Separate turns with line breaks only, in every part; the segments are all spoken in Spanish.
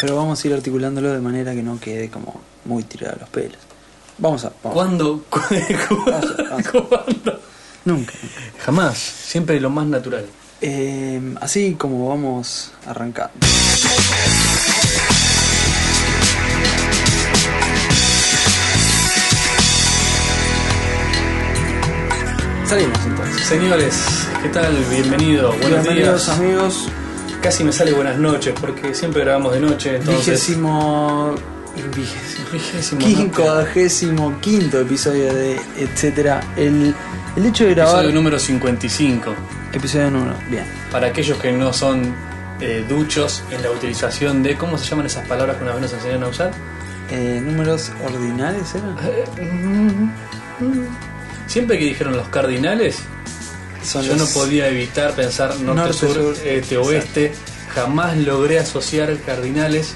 Pero vamos a ir articulándolo de manera que no quede como muy tirado a los pelos. Vamos a. vamos.
¿Cuándo? ¿Cuándo?
Nunca.
Jamás. Siempre lo más natural.
Eh, así como vamos arrancando. Salimos entonces.
Señores, ¿qué tal? Bienvenido. Buenos
Bienvenidos
días.
amigos.
Casi me sale buenas noches porque siempre grabamos de noche, entonces.
Vigésimo. vigésimo-
Vigésimo. ¿no?
Quincuagésimo quinto episodio de etcétera. El, el hecho de grabar.
Episodio número 55.
Episodio número uno. Bien.
Para aquellos que no son eh, duchos en la utilización de. ¿Cómo se llaman esas palabras que una vez nos enseñaron a usar?
Eh, ¿Números ordinales eran?
Eh,
mm,
Siempre que dijeron los cardinales,
Son
yo
los-
no podía evitar pensar norte,
Norte,
sur,
sur.
este, oeste. Jamás logré asociar cardinales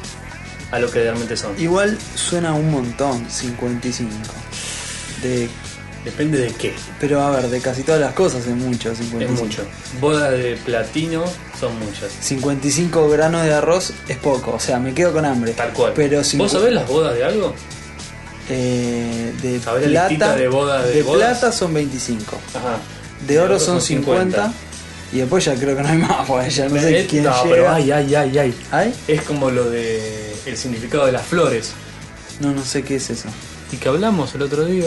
a lo que realmente son.
Igual suena un montón, 55. De,
Depende de qué.
pero a ver, de casi todas las cosas es mucho, 55.
Es mucho. Bodas de platino son muchas.
55 granos de arroz es poco, o sea, me quedo con hambre.
Tal cual.
Pero cincu-
¿Vos sabés las bodas de algo?
eh, de
¿Sabés la listita
plata,
de bodas de
de
bodas?
plata son 25.
Ajá.
De oro son 50. Y después ya creo que no hay más, pues ya no sé
Eh,
quién llega.
no, pero ay, ay, ay, ay.
¿Hay?
Es como lo de el significado de las flores.
No, no sé qué es eso.
Y que hablamos el otro día.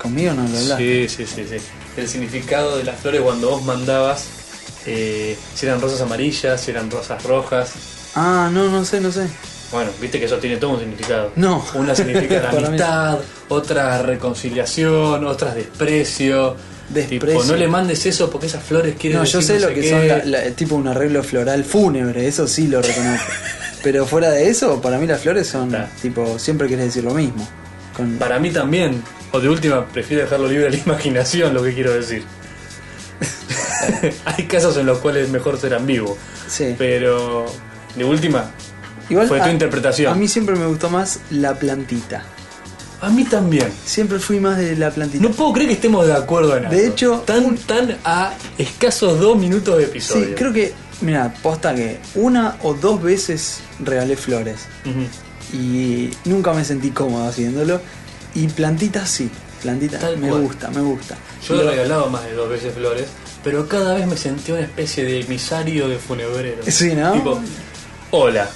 Conmigo no lo hablas.
Sí, sí, sí, sí. El significado de las flores cuando vos mandabas eh, si eran rosas amarillas, si eran rosas rojas.
Ah, no, no sé, no sé.
Bueno, viste que eso tiene todo un significado.
No.
Una significa la
Para mí.
amistad, otra reconciliación, otras desprecio. Tipo,
Desprecio.
no le mandes eso porque esas flores quieren
No, yo
decir
sé
no
lo que
sé qué.
son la- la- tipo un arreglo floral fúnebre, eso sí lo reconozco. Pero fuera de eso, para mí las flores son
Está.
tipo, siempre quieres decir lo mismo. Con-
Para mí también. O de última, prefiero dejarlo libre a la imaginación, lo que quiero decir. Hay casos en los cuales es mejor ser ambiguo.
sí.
Pero, de última, fue tu interpretación.
A mí siempre me gustó más la plantita.
a mí también.
Siempre fui más de la plantita.
No puedo creer que estemos de acuerdo en algo.
De hecho,
tan, tan a escasos dos minutos de episodio.
sí, creo que, mira, posta que una o dos veces regalé flores.
Ujú.
Y nunca me sentí cómodo haciéndolo. Y plantitas sí, plantitas
Tal
me
cual.
gusta, me gusta.
Yo le
Lo-
he regalado más de dos veces flores, pero cada vez me sentí una especie de emisario de funebrero.
Sí, ¿no?
Tipo, hola,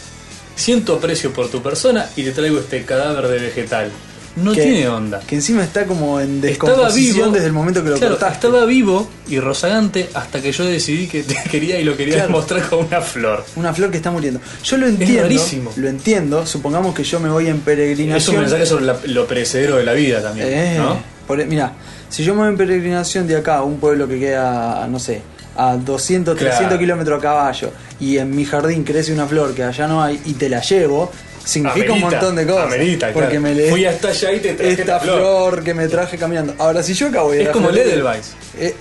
siento aprecio por tu persona y te traigo este cadáver de vegetal. No
que-
tiene onda.
Que encima está como en
Estaba
descomposición
vivo
desde el momento que lo
claro,
cortaste.
Estaba vivo y rozagante hasta que yo decidí que te quería y lo quería
Claro.
mostrar con una flor.
Una flor que está muriendo. Yo lo entiendo.
rarísimo.
Lo entiendo. Supongamos que yo me voy en
Es
peregrinación.
un mensaje sobre la- lo perecedero de la vida también,
Eh,
¿no?
por- mirá, si yo me voy en peregrinación de acá a un pueblo que queda, no sé, a 200,
Claro.
300 kilómetros a caballo y en mi jardín crece una flor que allá no hay y te la llevo, significa un
Amerita,
montón de cosas.
amerita,
porque
claro.
me lees
Fui hasta allá y te traje
esta
la flor.
flor. que me traje caminando. Ahora, si yo acabo de ir
Es
a
como el
Florida-
Edelweiss.
Eh,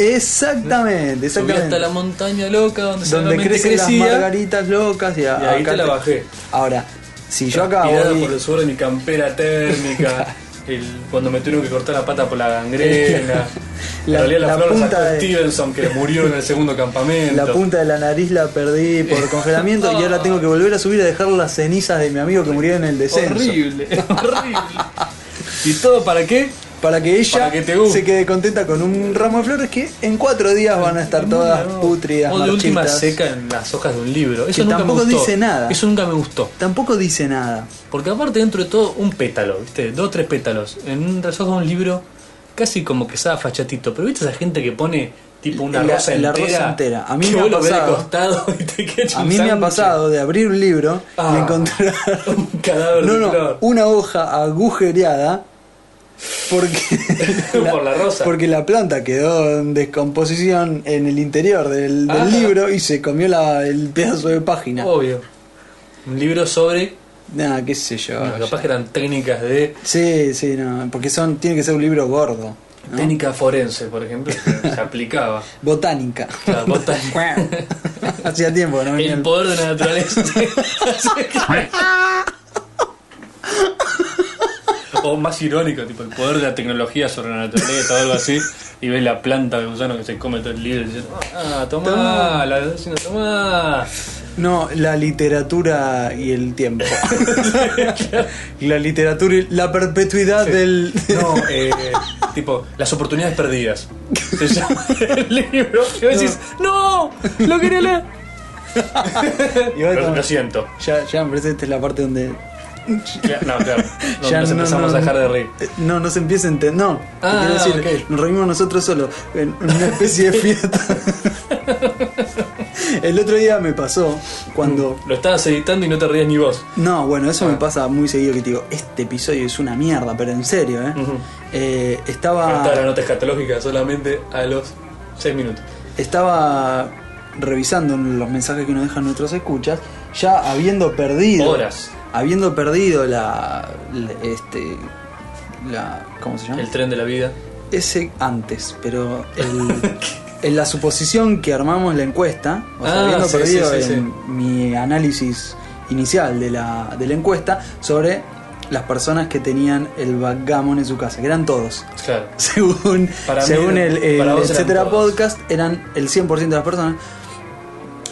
exactamente,
Subí
exactamente.
hasta la montaña loca donde,
donde
solamente
crecen
crecía.
las margaritas locas y, a-
Y ahí te la bajé.
Ahora, si yo acá
Transpirada
voy-
por el suelo de mi campera térmica. el- cuando me tuvieron que cortar la pata por la gangrena.
La-
la, realidad la,
la
flor
punta
sacó
de-
Stevenson que murió en el segundo campamento.
la punta de la nariz la perdí por congelamiento y ahora tengo que volver a subir a dejar las cenizas de mi amigo que murió en el descenso.
horrible, horrible. ¿Y todo para qué?
Para que ella
Para que te guste.
se quede contenta con un ramo de flores que en cuatro días van a estar todas
No.
putridas,
O de última
marchitas.
seca en las hojas de un libro. Eso
Que
nunca
tampoco
me gustó.
dice nada.
Eso nunca me gustó.
Tampoco dice nada.
Porque aparte dentro de todo un pétalo, ¿viste? Dos tres pétalos. En un resorte de un libro casi como que estaba fachatito. Pero ¿viste esa gente que pone tipo una
La-
rosa
la
entera?
rosa entera. A mí
que
me ha
vos lo ves de
pasado.
costado y te queda hecho
A
un
mí me ha
sándwich.
pasado de abrir un libro y
Ah,
encontrar
Un cadáver
no,
de
no,
flor.
una hoja agujereada porque
Por la rosa.
porque la planta quedó en descomposición en el interior del, del
Ah. Oh.
libro y se comió la- el pedazo de página.
Obvio. Un libro sobre...
Nada, qué sé yo.
bueno, capaz que eran técnicas de...
Sí, sí, no, porque son tiene que ser un libro gordo. ¿no?
Técnica forense, por ejemplo, que se aplicaba.
Botánica.
Claro, botánica.
Hacía tiempo, que ¿no? venía
El poder de la naturaleza. o más irónico, tipo el poder de la tecnología sobre la naturaleza o algo así. Y ves la planta de gusano que se come todo el libro y dices, ah, tomá, la vecina, tomá.
No, la literatura y el tiempo. la literatura y la perpetuidad del.
No, eh, tipo, las oportunidades perdidas. Se llama el libro. Y vos decís, ¡No! ¡Lo quería leer!
Y ahora
Lo,
estamos-
lo siento.
Ya, ya me parece que esta es la parte donde.
Ya- No, claro. No,
ya
nos
no-
empezamos
no-
a dejar de reír.
Eh, No, no se empieza a entender. No, te
Ah,
quiero decir,
ok.
nos reímos nosotros solos en una especie de fiesta. El otro día me pasó cuando.
Lo estabas editando y no te rías ni vos.
No, bueno, eso
Ah.
me pasa muy seguido que te digo, este episodio es una mierda, pero en serio, ¿eh?
Ujú.
Eh,
Faltaba las
estaba,
notas catológicas solamente a los 6 minutos.
estaba revisando los mensajes que nos dejan nuestros escuchas, ya habiendo perdido...
Horas.
Habiendo perdido la... la- este... La, ¿Cómo se llama?
El tren de la vida.
Ese antes, pero el- en la suposición que armamos la encuesta, o sea,
Ah,
habiendo
sí,
perdido
sí, sí,
en mi análisis inicial de la, de la encuesta sobre las personas que tenían el backgammon en su casa, que eran todos.
Claro.
Según,
Para mí
según
eran-
el, el
para vos eran
etcétera
todos.
podcast, eran el 100% de las personas.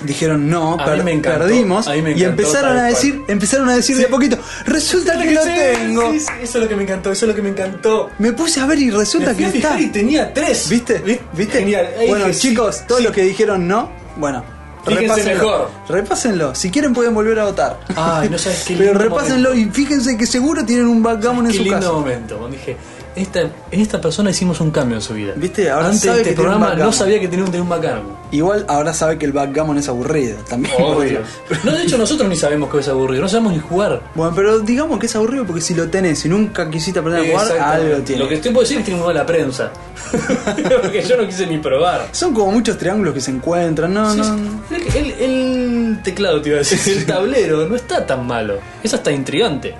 Dijeron no,
A mí
per-
me encantó,
perdimos.
a mí me
y
encantó
empezaron
tal
a
cual.
decir, empezaron a decir de a poquito, resulta que lo
Sí,
tengo.
sí, sí, eso es lo que me encantó, eso es lo que me encantó.
Me puse a ver y
Me
resulta
fui
que
a
está.
fijar y tenía tres.
¿Viste?
Vi-
¿Viste?
Genial. Ahí
Bueno,
dije, sí,
chicos, todos
sí.
los que dijeron no, bueno,
Fíjense
repásenlo.
mejor.
Repásenlo. Si quieren pueden volver a votar.
Ay, no sabes qué
Pero
lindo
repásenlo y fíjense que seguro tienen un backgammon en
Qué
su
lindo
casa.
momento. cuando Dije, esta, en esta persona hicimos un cambio en su vida.
Viste, ahora
Antes
sabe
de este
que tiene un
programa
backgammon.
no sabía que tenía un, tenía un bacano.
Igual ahora sabe que el backgammon es aburrido también.
No, de hecho, nosotros ni sabemos que es aburrido, no sabemos ni jugar.
Bueno, pero digamos que es aburrido porque si lo tenés y nunca quisiste aprender a jugar,
Exactamente.
algo tiene.
Lo que estoy por decir es que tiene mala prensa. Porque yo no quise ni probar.
Son como muchos triángulos que se encuentran, no,
Sí,
no.
sí. Mirá que El, el teclado, te iba a decir, el tablero no está tan malo. Es hasta intrigante.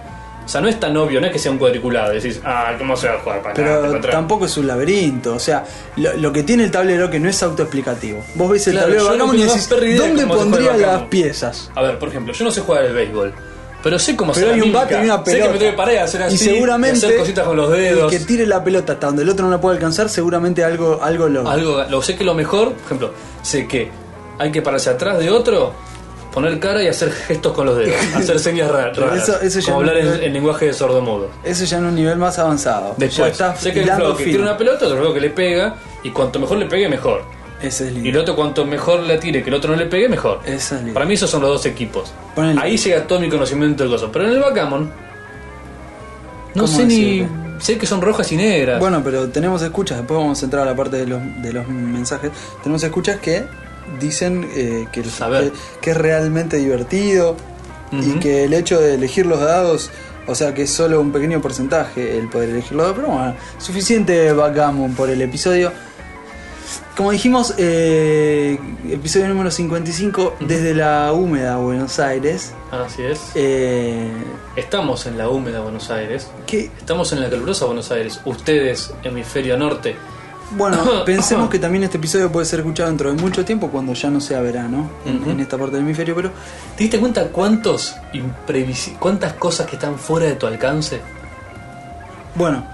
O sea, no es tan obvio, no es que sea un cuadriculado. Decís, ah, ¿cómo se va a jugar para nada, te
Pero
encontrás".
tampoco es un laberinto, o sea, lo, lo que tiene el tablero que no es autoexplicativo. Vos ves el
Claro,
tablero de
yo no
Backgammon y
tengo más
decís,
perra idea de
¿dónde
cómo se juega el
pondría las
backgammon?"
piezas?
A ver, por ejemplo, yo no sé jugar al béisbol. Pero sé cómo
Pero
hacer
hay
la
un
mímica.
bate y una pelota.
Sé que me tengo que parar y hacer así.
Y seguramente
hacer cositas con los dedos.
El que tire la pelota hasta donde el otro no la puede alcanzar, seguramente algo, algo lo.
Algo, lo sé que lo mejor, por ejemplo, sé que hay que pararse atrás de otro, poner cara y hacer gestos con los dedos, hacer señas ra-
Pero
raras,
eso- eso ya
como
no-
hablar en, en lenguaje de sordomudo.
Eso ya en un nivel más avanzado. ya
Después,
estás
sé que el
hilando
flow que
fino.
tira una pelota, otro flow que le pega, y cuanto mejor le pegue, mejor.
Ese es
Y
lindo.
el otro, cuanto mejor la tire que el otro no le pegue, mejor.
Esa es linda.
Para mí, esos son los dos equipos.
Ponele.
Ahí llega todo mi conocimiento de cosas. Pero en el backgammon, no
¿Cómo
sé ni.
decirte?
Sé que son rojas y negras.
Bueno, pero tenemos escuchas, después vamos a entrar a la parte de los, de los mensajes. Tenemos escuchas que dicen eh, que, el-
A ver.
que, que es realmente divertido y
Ujú.
que el hecho de elegir los dados, o sea que es solo un pequeño porcentaje el poder elegir los dados, pero bueno, suficiente backgammon por el episodio. Como dijimos, eh, episodio número 55 desde la húmeda Buenos Aires.
Así es.
Eh,
Estamos en la húmeda Buenos Aires.
que
Estamos en la calurosa Buenos Aires. Ustedes, hemisferio norte.
Bueno, pensemos que también este episodio puede ser escuchado dentro de mucho tiempo cuando ya no sea verano en,
Ujú.
en esta parte del hemisferio, pero
¿Te diste cuenta cuántos imprevisi- cuántas cosas que están fuera de tu alcance?
bueno,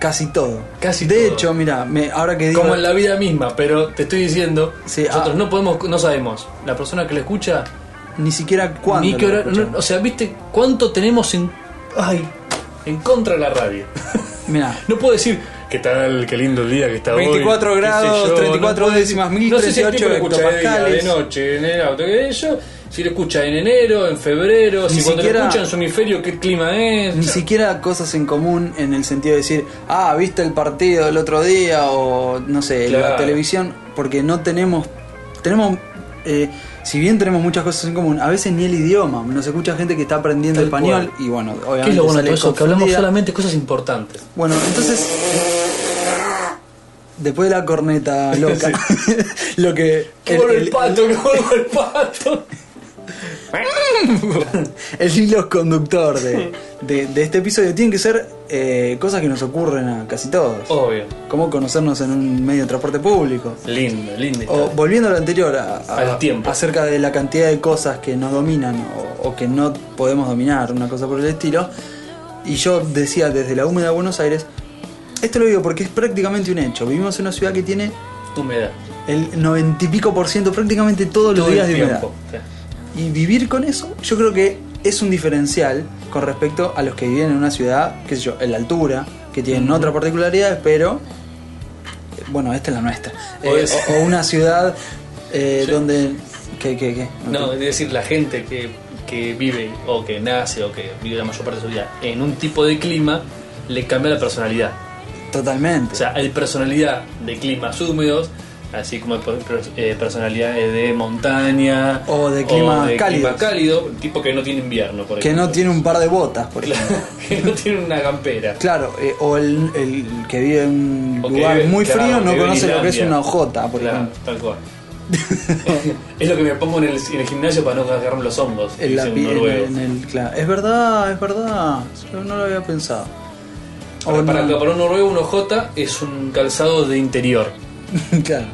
casi todo.
Casi
De
todo.
hecho, mira, me- ahora que digo
Como en la vida misma, pero te estoy diciendo,
Sí,
nosotros
ah.
no podemos, no sabemos. La persona que le escucha,
ni siquiera cuándo.
ni
lo
qué hora-
escuchamos.
no, o sea, viste cuánto tenemos en, ay, en contra de la radio.
Mirá,
no puedo decir qué tal, qué lindo el día que está
24
hoy. qué sé
grados,
yo,
34
puedo
décimas,
decir- No sé si el
1038
tipo lo escucha de día, de
hectopascales.
noche, en el auto, que yo. Si lo escucha en enero, en febrero, si
Ni
cuando
siquiera-
lo escucha en su hemisferio, qué clima es.
ni siquiera cosas en común en el sentido de decir, ah, viste el partido el otro día o no sé, la
Claro.
televisión, porque no tenemos, tenemos, eh, si bien tenemos muchas cosas en común, a veces ni el idioma, nos escucha gente que está aprendiendo
Tal
español
cual.
y bueno, obviamente
¿Qué es lo bueno de
sale
todo eso? Que hablamos
confundida.
solamente cosas importantes.
Bueno, entonces. Después de la corneta loca, lo que.
¡Qué
el-
bueno el
el-
pato! ¡Qué bueno el pato!
el hilo conductor de, de- de este episodio tienen que ser eh, cosas que nos ocurren a casi todos.
Obvio.
Como conocernos en un medio de transporte público.
Lindo, lindo.
O volviendo a lo anterior, a- a-
Al tiempo.
acerca de la cantidad de cosas que nos dominan o, o que no podemos dominar, una cosa por el estilo. Y yo decía desde la húmeda Buenos Aires, esto lo digo porque es prácticamente un hecho. Vivimos en una ciudad que tiene
Humedad.
el noventa y pico por ciento, prácticamente todos los
Todo
días
el
de humedad.
tiempo. Sí.
y vivir con eso, yo creo que es un diferencial con respecto a los que viven en una ciudad, qué sé yo, en la altura, que tienen
Ujú.
otras particularidades, pero eh, bueno, esta es la nuestra.
O
Eh,
es-
o, o una ciudad eh,
Sí.
donde... ¿Qué, qué, qué?
No, es decir, la gente que, que vive o que nace o que vive la mayor parte de su vida en un tipo de clima le cambia la personalidad.
Totalmente.
O sea, hay personalidad de climas húmedos, así como hay per- eh, personalidades de montaña
O de clima cálidos.
clima cálido, tipo que no tiene invierno, por
que
ejemplo.
no tiene un par de botas, por ejemplo.
que no tiene una campera.
Claro, eh, o el, el que vive en un
O que
lugar
vive-
muy
claro,
frío no
que vive en
conoce lo que es
Islandia.
una hojota, por
Claro,
ejemplo.
tal cual. es lo que me pongo en el, en el gimnasio para no agarrarme los hongos.
En la
dicen
pi- en
noruegos.
el- en el- claro. Es verdad, es verdad. Yo no lo había pensado. O
Para, para-
no.
para un noruego, un OJ es un calzado de interior.
Claro.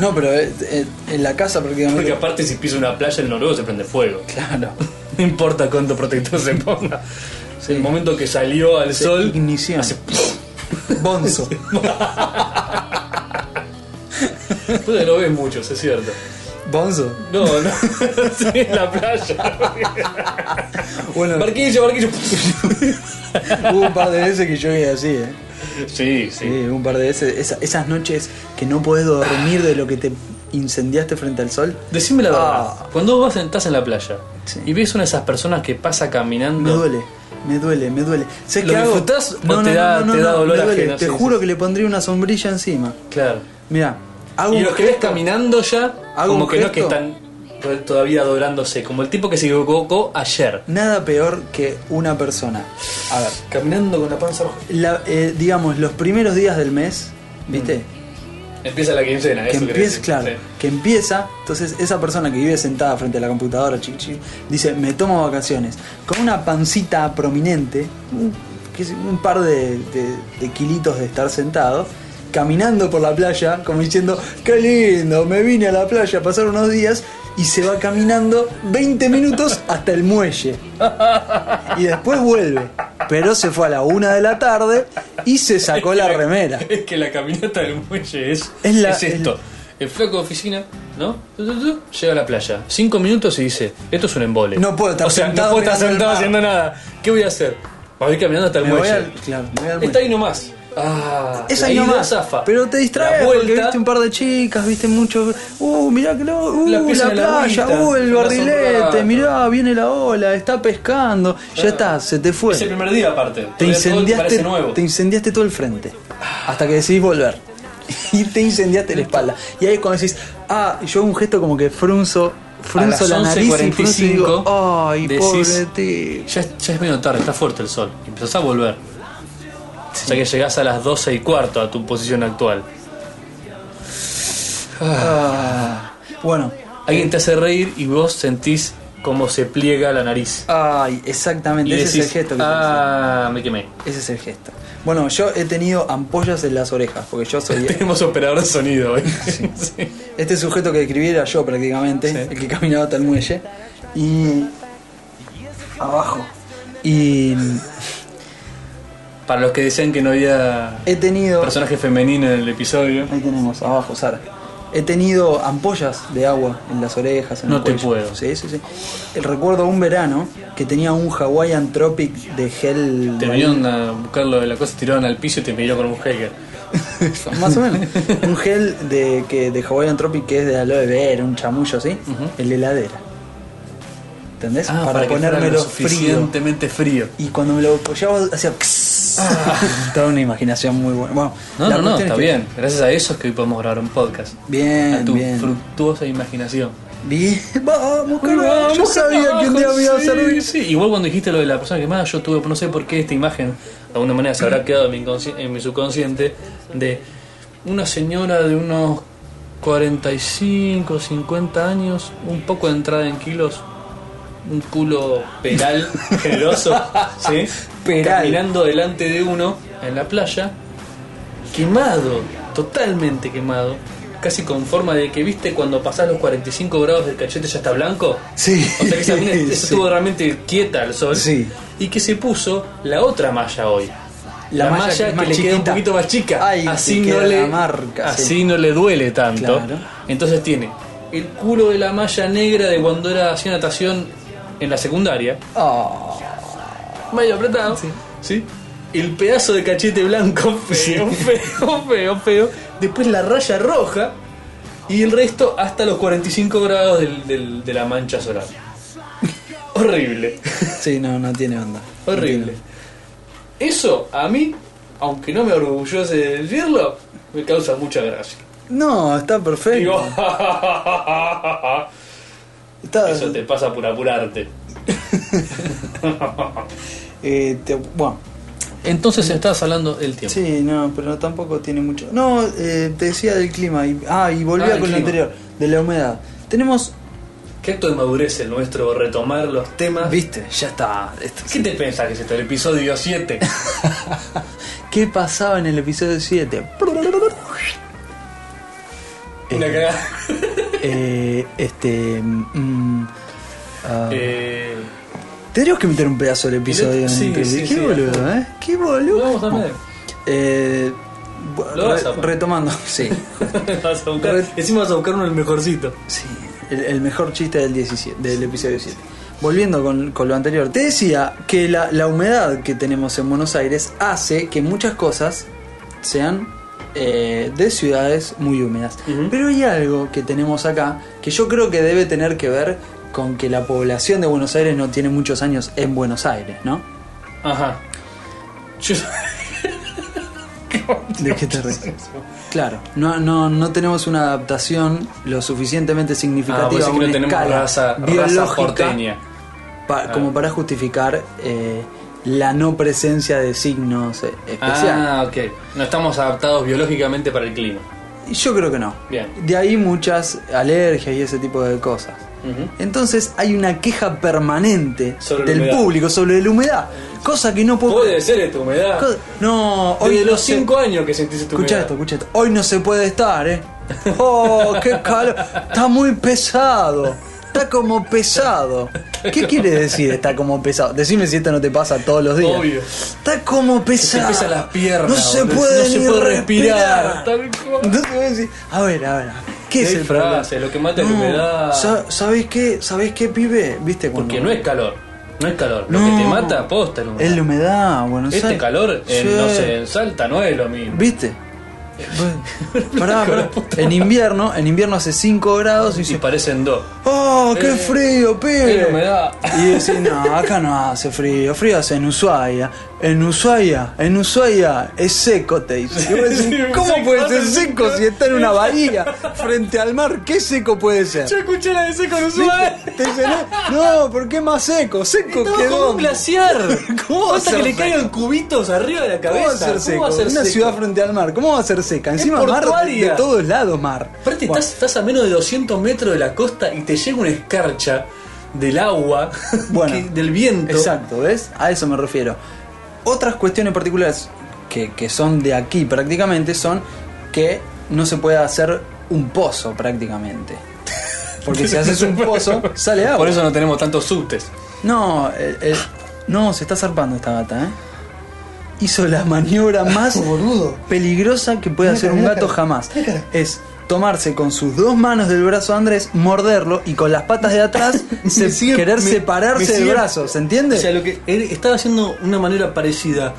No, pero eh, eh, en la casa
Porque
prácticamente.
aparte, si pisa una playa, el noruego se prende fuego.
Claro.
No importa cuánto protector se ponga. El momento que salió al sol,
Ignición.
hace
Bonzo.
Tú no ves muchos, es cierto.
Bonzo.
No, no. Sí, en la playa.
Bueno,
Barquillo, barquillo.
hubo un par de veces que yo vi así, eh.
Sí,
Sí,
sí.
un par de veces. Esa- esas noches que no puedes dormir de lo que te incendiaste frente al sol.
Decime la
Ah.
verdad. Cuando vos vas sentás en la playa
Sí.
y ves una de esas personas que pasa
Me
caminando.
duele, me duele, me duele. ¿Sabés
¿Lo
qué hago?
disfrutás o te da- te da dolor
me duele.
ajeno?
Te
Sí,
juro
sí.
que le pondría una sombrilla encima.
Claro.
Mira, hago
Y
un
los que ves
gesto-
caminando ya,
Hago
como
un
que no es que
gesto.
están to- todavía adorándose, como el tipo que se equivocó ayer.
Nada peor que una persona. A ver,
Caminando con la panza roja.
la- eh, digamos, los primeros días del mes, ¿viste?
Empieza la quincena,
que
eso
empieza,
querés
claro,
decir.
que empieza, entonces esa persona que vive sentada frente a la computadora, chi, chi, dice, me tomo vacaciones, con una pancita prominente, un, qué sé, un par de, de- de kilitos de estar sentado, caminando por la playa, como diciendo, qué lindo, me vine a la playa a pasar unos días, y se va caminando 20 minutos hasta el muelle. Y después vuelve, pero se fue a la una de la tarde y se sacó la remera.
Es que la caminata del muelle es,
Es
es,
la-
esto. El flaco de oficina, ¿no? Tu, tu, tu, Llega a la playa. Cinco minutos y dice, esto es un embole.
No puedo estar
o sea,
sentado
No puedo estar
mirando el
sentado
mar.
haciendo nada. ¿Qué voy a hacer? Voy a ir caminando hasta el
Me voy
muelle.
al- claro, me voy al
Está
muelle.
ahí nomás. Ah,
Es
la
ahí
ida
nomás.
zafa.
Pero te distraes
La
porque
vuelta,
viste un par de chicas, viste mucho. Uh, mirá que lo. Uh,
La
la,
pieza en la
playa,
agüita,
uh, el
te pasas un
barrilete.
rato.
Mirá, viene la ola, está pescando. Ya
Claro.
está, se te fue.
Es el primer día aparte.
Te
Todavía todo
incendiaste,
parece nuevo.
te incendiaste todo el frente. Hasta que decidís volver. Y te incendiaste la espalda. Y ahí es cuando decís, ah, yo hago un gesto como que frunzo, frunzo
las
la nariz y frunzo y digo,
11:45
ay,
decís,
pobre tío.
Ya es, ya es medio tarde, está fuerte el sol. Y empezás a volver. O sea que llegás a las 12 y cuarto a tu posición actual.
Ah, bueno,
Alguien te hace reír y vos sentís cómo se pliega la nariz.
ay, exactamente.
Y
Ese es
decís,
el gesto que te decía.
Ah, me quemé.
Ese es el gesto. Bueno, yo he tenido ampollas en las orejas, porque yo soy...
Tenemos operador de sonido hoy. Sí.
Este sujeto que describí era yo prácticamente,
Sí.
el que caminaba hasta el muelle. Y... Abajo. Y
Para los que decían que no había
he tenido...
personaje femenino en el episodio.
Ahí tenemos, abajo, Sara. He tenido ampollas de agua en las orejas. En
No
el
te
cuello.
puedo.
Sí, sí, sí. El- Recuerdo un verano que tenía un Hawaiian Tropic de gel...
Te vinieron a buscarlo de la cosa, tiraron al piso y te miró con un hacker.
Más o menos. un gel de, que, de Hawaiian Tropic que es de aloe vera, un chamullo así, en la heladera. ¿Entendés?
Ah,
para,
que fuera lo
ponérmelo frío.
suficientemente frío.
Y cuando me lo apoyaba hacía... Toda una imaginación muy buena. Bueno,
Ah. No,
la
no, no,
cuestión es
está
que-
bien. Gracias a eso es que hoy podemos grabar un podcast. a tu
Bien, bien.
fructuosa imaginación.
Bien. Vamos, carajo. Yo sabía que un día me iba a
Sí,
servir.
sí. Igual cuando dijiste lo de la persona quemada, yo tuve, no sé por qué esta imagen, de alguna manera se habrá quedado en mi, inconsci- en mi subconsciente, de una señora de unos 45, 50 años, un poco de entrada en kilos, un culo peral generoso, ¿sí?
Peral.
caminando delante de uno en la playa, quemado, totalmente quemado. Casi con forma de que, viste, cuando pasás los 45 grados del cachete ya está blanco.
Sí.
O sea que esa mina
Sí.
estuvo realmente quieta al sol.
Sí.
Y que se puso la otra malla hoy.
La
La,
malla que
malla,
es
que,
más
le queda un
chiquita.
poquito más chica.
Ay,
así
que
no
queda
le
la marca, sí.
así no le duele tanto.
Claro.
Entonces tiene el culo de la malla negra de cuando era hacía natación en la secundaria.
Oh,
medio apretado, sí. El pedazo de cachete blanco feo, feo, feo, feo. Después la raya roja y el resto hasta los 45 grados del- del- de la mancha solar. Horrible,
sí, no, no tiene onda. No
horrible.
tiene.
Eso a mí, aunque no me orgullose de decirlo, me causa mucha gracia.
No, está perfecto.
Digo,
Está-
eso te pasa por apurarte.
eh, te- bueno,
Entonces estás hablando del tiempo.
sí, no, pero tampoco tiene mucho. No, eh, te decía del clima. Y, ah, y
Ah,
volvía con
el
lo
clima.
anterior, de la humedad. Tenemos.
Qué acto de madurez el nuestro retomar los temas.
Viste, ya está. esto-
¿Qué te pensás que es esto? El episodio 7.
¿Qué pasaba en el episodio 7?
Una
Eh.
cagada.
Eh, este. mm, ah,
Eh,
Tendríamos que meter un pedazo del episodio
Sí,
en el
sí,
Qué
sí,
boludo, ¿eh? Qué boludo.
Lo vamos a meter.
Eh, bu-
Lo vas a
re-
poner.
retomando, sí.
vas a buscar,
Re-
encima vas a buscar uno el mejorcito.
sí. El, el mejor chiste del, 17, del episodio 7. Volviendo con, con lo anterior, te decía que la, la humedad que tenemos en Buenos Aires hace que muchas cosas sean eh, de ciudades muy húmedas.
Ujú.
Pero hay algo que tenemos acá que yo creo que debe tener que ver con que la población de Buenos Aires no tiene muchos años en Buenos Aires, ¿no?
Ajá. Yo-
¿De qué te reís? Claro, no, no, no tenemos una adaptación lo suficientemente significativa
Ah, vos decís
a
que
una
no tenemos
escala
raza, raza
biológica
porteña.
pa-
Ah.
como para justificar eh, la no presencia de signos eh, especial.
Ah, ok. No estamos adaptados biológicamente para el clima.
Y Yo creo que no.
Bien.
De ahí muchas alergias y ese tipo de cosas.
Ujú.
Entonces hay una queja permanente
Sobre la
del
humedad.
público sobre la humedad, cosa que no puedo.
Puede ser esta humedad.
co- No, hoy
Desde
no
los
se-
5 años que sentís esta humedad.
Escucha esto, escucha esto. Hoy no se puede estar, ¿eh? ¡Oh, qué calor! Está muy pesado. Está como pesado. ¿Qué quiere decir está como pesado? Decime si esto no te pasa todos los días.
Obvio.
Está como pesado.
pesan las piernas,
No se
boludo.
puede,
No se
ni
puede
respirar.
respirar, tal cual.
Entonces voy a decir, a ver, a ver. ¿Qué es
Qué
el
frase,
problema?
lo que mata es la humedad.
sa- ¿Sabés qué? ¿Sabés qué, pibe? ¿Viste cuando-
Porque no es calor. No es calor. Lo
No.
que te mata, aposta la humedad.
Es la humedad, Buenos
Este
Aires.
calor, en,
Sí.
no sé, en Salta no es lo mismo.
¿Viste? Pará,
Con la
pará.
puta
En invierno, en invierno hace 5 grados y
Y
dice,
parecen dos.
¡Oh, qué
Eh,
frío,
eh,
pibe!
humedad.
Y decís, no, acá no hace frío, frío hace en Ushuaia. En Ushuaia, en Ushuaia es seco, te dice. Y vos decís,
Sí,
¿Cómo
seco,
puede ser
hace
seco
seco".
si está en una bahía frente al mar? ¿Qué seco puede ser?
Yo escuché la de seco en
¿Viste? Te dicen, no, ¿por qué más seco? Seco
Estaba
que
como un
dónde.
glaciar.
¿Cómo va a
Hasta
ser
que le
seco?
caigan cubitos arriba de la
¿Cómo
cabeza.
va a ser seco?
¿Cómo va a ser
Una
seco?
ciudad frente al mar, ¿cómo va a ser seca? Encima mar de,
portuaria.
todos lados mar.
Aparte,
Bueno.
estás, estás a menos de 200 metros de la costa y te llega una escarcha del agua,
Bueno.
que- del viento.
Exacto, ¿ves? A eso me refiero. Otras cuestiones particulares que, que son de aquí prácticamente son que no se puede hacer un pozo prácticamente. Porque si haces un pozo, sale agua.
Por eso no tenemos tantos subtes.
No, el- el- no, se está zarpando esta gata, ¿eh? Hizo la maniobra más
Boludo.
peligrosa que puede
Mira,
hacer un
mira,
gato
mira,
jamás.
mira.
Es tomarse con sus dos manos del brazo de Andrés, morderlo y con las patas de atrás se-
sigue-
querer
me-
separarse
me
del
sigue-
brazo, ¿se entiende?
O sea, lo que él estaba haciendo una manera parecida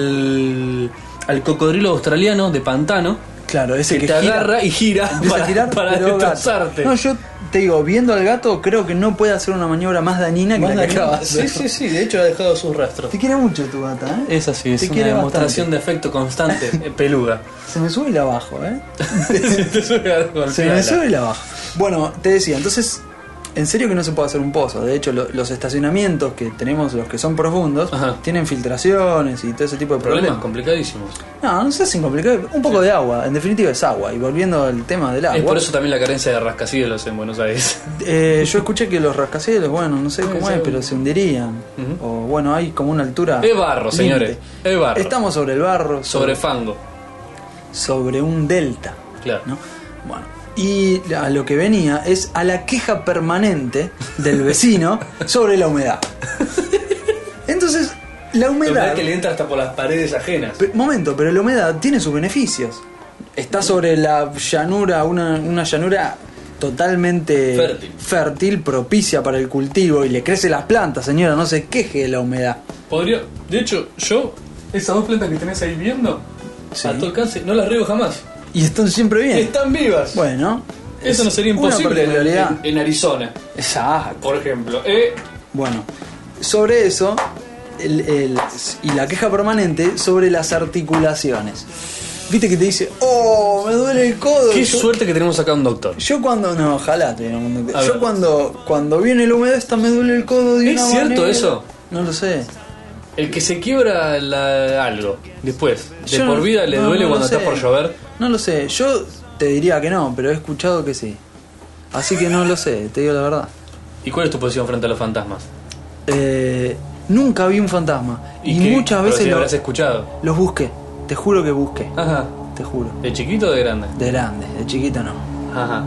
al, al cocodrilo australiano de pantano.
Claro, ese
que
que,
te
gira,
agarra y gira
empieza
para,
a girar
para
pero gato.
destrozarte.
No, yo te digo, viendo al gato, creo que no puede hacer una maniobra más dañina que
Más
la que
dañina,
acaba de
Sí,
hacer.
sí, sí, de hecho ha dejado sus rastros.
Te quiere mucho tu gata, ¿eh?
Es así, es
Te
una
quiere
demostración de afecto constante, eh, peluda.
Se me sube y la bajo, ¿eh?
Se te sube a
Se me
golpearla.
sube y la bajo. Bueno, te decía, entonces, en serio que no se puede hacer un pozo. De hecho, lo- los estacionamientos que tenemos, los que son profundos,
Ajá.
tienen filtraciones y todo ese tipo de
Problemas
problemas.
complicadísimos.
No, no se hacen complicado. Un poco de agua, en definitiva es agua. Y volviendo al tema del agua.
Es por eso también la carencia de rascacielos en Buenos Aires.
Eh, yo escuché que los rascacielos, bueno, no sé cómo
sí.
es, pero se hundirían.
Ujú.
O bueno, hay como una altura.
Es barro, señores,
límite.
es barro.
Estamos sobre el barro, sobre,
Sobre fango,
sobre un delta.
claro.
¿no? Bueno, y a lo que venía es a la queja permanente del vecino sobre la humedad. Entonces, la
La
humedad.
humedad que le entra hasta por las paredes ajenas.
Pe- momento, pero la humedad tiene sus beneficios. Está sobre la llanura, una, una llanura totalmente
Fértil.
fértil, propicia para el cultivo y le crecen las plantas, señora, no se queje de la humedad.
Podría. De hecho, yo, esas dos plantas que tenés ahí viendo,
Sí.
a tu alcance, no las riego jamás.
Y están siempre bien.
Están vivas.
Bueno,
Eso no Eh, sería
una
imposible en,
particularidad.
en- en Arizona,
Exacto.
por ejemplo. Eh,
Bueno, sobre eso el- el- y la queja permanente sobre las articulaciones. Viste que te dice, oh, me duele el codo.
Qué
Yo-
suerte que tenemos acá un doctor.
Yo cuando. No, ojalá tuviera un montón de-
A
Yo
ver.
cuando. Cuando viene el húmedo esta me duele el codo de
¿Es
una
cierto
manera-
eso?
No lo sé.
el que se quiebra la- algo después, de
Yo
por
no-
vida, le
no,
duele
no lo
cuando está
sé.
por llover.
No lo sé. Yo te diría que no, pero he escuchado que sí. Así que no lo sé, te digo la verdad.
¿Y cuál es tu posición frente a los fantasmas?
Eh, nunca vi un fantasma. Y,
qué?
muchas
Pero
veces
si
lo-
habrás escuchado.
los busqué. Te juro que busqué.
Ajá.
Te juro.
¿De chiquito o de grande?
De grande, de chiquito no.
Ajá.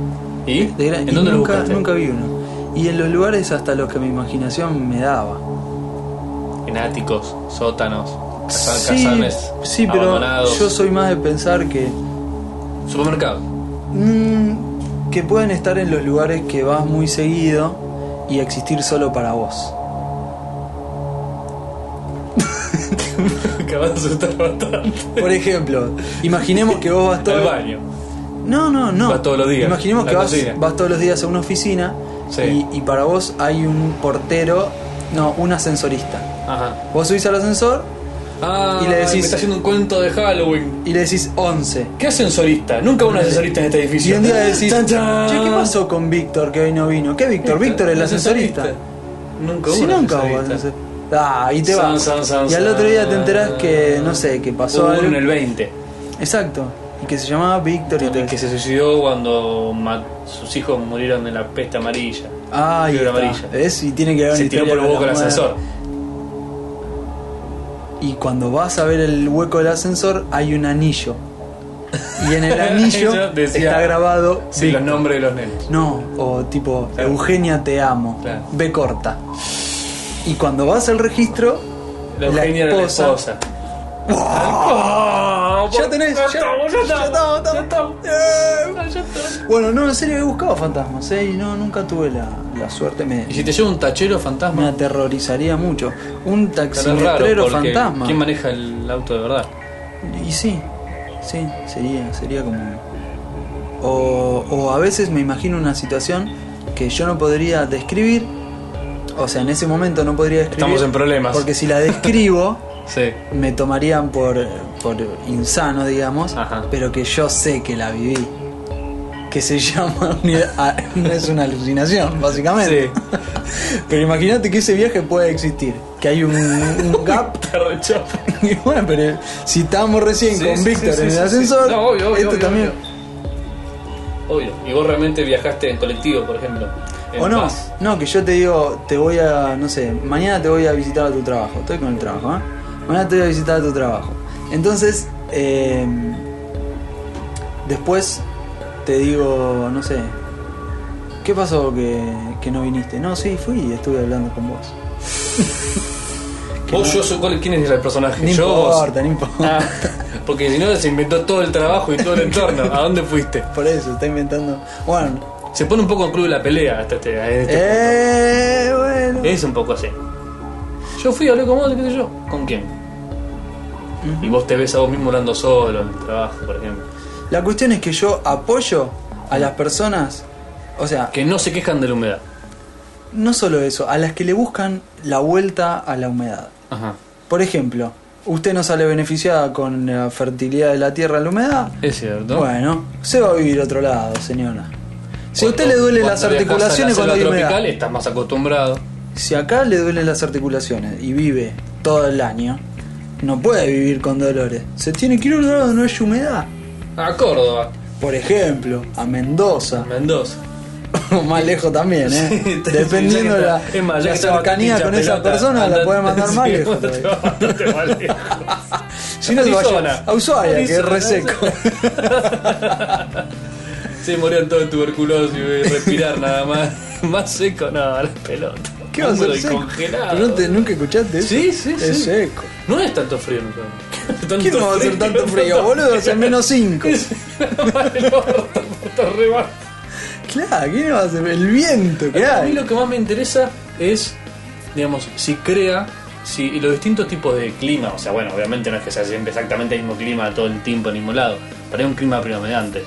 ¿Y?
De gran-
¿En
y
dónde lo
nunca,
buscaste?
nunca vi uno. Y en los lugares hasta los que mi imaginación me daba.
En áticos, sótanos, casa-
Sí,
casames
sí, pero
abandonados,
yo soy más de pensar que
supermercado.
mm, que pueden estar en los lugares que vas muy seguido y existir solo para vos.
Acabas de asustar bastante.
Por ejemplo, imaginemos que vos vas todo
Al baño.
No, no, no.
Vas todos los días.
Imaginemos
La
que vas,
cocina.
vas todos los días a una oficina
Sí.
y, y para vos hay un portero, no, un ascensorista.
Ajá.
Vos subís al ascensor
Ah,
Y le decís-
me está haciendo un cuento de Halloween.
y le decís 11.
¿Qué ascensorista? Nunca hubo un ascensorista en este
Y
edificio.
un día decís,
Chan, chan.
"Che, ¿qué pasó con Víctor que hoy no vino? ¿Qué Víctor? Víctor, el ascensorista.
Nunca hubo
Si
un
nunca hubo
ascensorista.
ascensor. Ah, y te
San,
vas.
san, san,
y al otro día te enterás
san.
que, no sé, que pasó
Hubo
algo.
uno en el 20.
Exacto. Y que se llamaba Víctor y todo
El que
eso.
se suicidó cuando ma- sus hijos murieron de la peste amarilla.
Ah, ahí
Fiebre
está.
amarilla.
¿Ves? Y tiene que haber
Se
una
tiró por
historia
el boca el
con la
ascensor.
madre. Y cuando vas a ver el hueco del ascensor, hay un anillo. Y en el anillo
Yo decía-
está grabado.
Sí, los nombres de los nenes.
No, o tipo, Eugenia te amo.
Claro.
B corta. Y cuando vas al registro,
La
La
Eugenia era la
esposa.
esposa.
ya tenés. Ah, Ya,
estamos, ya estamos,
estamos,
ya
Eh. Bueno, no, en serio he buscado fantasmas, ¿eh? Y no, nunca tuve la, la suerte. Me,
¿Y si te lleva un tachero
me
fantasma?
aterrorizaría mucho. Un
Pero es raro
taximetrero
porque
fantasma.
¿Quién maneja el auto de verdad?
Y sí, sí, sería, sería como. O, o a veces me imagino una situación que yo no podría describir. O sea, en ese momento no podría describir.
Estamos en problemas.
Porque si la describo,
Sí.
me tomarían por, por insano, digamos.
Ajá.
Pero que yo sé que la viví. Que se llama. una- no es una alucinación, básicamente. Pero imagínate que ese viaje puede existir. Que hay un- un gap
Está re chapa.
y bueno, pero si estábamos recién
Sí,
con
sí,
Víctor en
sí, sí,
el
sí,
ascensor,
sí. No, obvio, obvio,
esto
obvio,
también.
Obvio. Y vos realmente viajaste en colectivo, por ejemplo. En
O no,
Paz.
no, que yo te digo, te voy a, no sé, mañana te voy a visitar a tu trabajo, estoy con el trabajo, ¿eh? Mañana te voy a visitar a tu trabajo. Entonces, eh, después te digo, no sé, ¿qué pasó que, que no viniste? No, sí, fui y estuve hablando con vos.
Vos, yo soy. ¿cuál- ¿Quién es el personaje?
No
yo o vos.
importa, no importa.
Ah, porque si no, se inventó todo el trabajo y todo el entorno. ¿A dónde fuiste?
Por eso, está inventando. Bueno,
Se pone un poco en club de la pelea hasta este, a este
eh, bueno.
punto. Es un poco así. Yo fui, hablé con vos, qué sé yo. ¿Con quién? Y vos te ves a vos mismo hablando solo en el trabajo, por ejemplo.
La cuestión es que yo apoyo a las personas, o sea,
Que no se quejan de la humedad.
no solo eso, a las que le buscan la vuelta a la humedad.
Ajá.
Por ejemplo, usted no sale beneficiada con la fertilidad de la tierra en la humedad.
Es cierto.
Bueno, se va a vivir a otro lado, señora. Si a
Cuando-
usted le duelen las
cuando viajas
articulaciones
a la
cuando hay
selva
humedad,
tropical, estás más acostumbrado.
si acá le duelen las articulaciones y vive todo el año, no puede vivir con dolores. Se tiene que ir a un lugar donde no hay humedad.
A Córdoba,
Por ejemplo, a Mendoza.
a Mendoza.
O más lejos también, ¿eh?
Sí,
Dependiendo
ya que
la,
está- es más, ya
la
que está
cercanía
pincha
con esa
pelota,
persona, la
andate-
puede mandar
sí,
más lejos.
te
todavía.
va- te va lejos.
Si no, se
Arizona.
vaya a Ushuaia, que es
Arizona,
reseco.
Sí, morían todos de tuberculosis, y respirar nada más. Más seco, nada, la pelota.
¿Qué va a
Húmedo
ser
y
seco?
congelado.
Pero no te- ¿Nunca escuchaste eso?
Sí, sí, sí.
Es seco.
No es tanto frío, no tanto
¿Quién no va a hacer tanto frío, boludo? Hace menos 5.
Es- Está re bajo.
Claro, ¿qué no va a hacer? El viento que
A mí
hay.
lo que más me interesa es, digamos, si crea, si y los distintos tipos de clima, o sea, bueno, obviamente no es que sea siempre exactamente el mismo clima todo el tiempo en ningún lado, pero hay un clima predominante.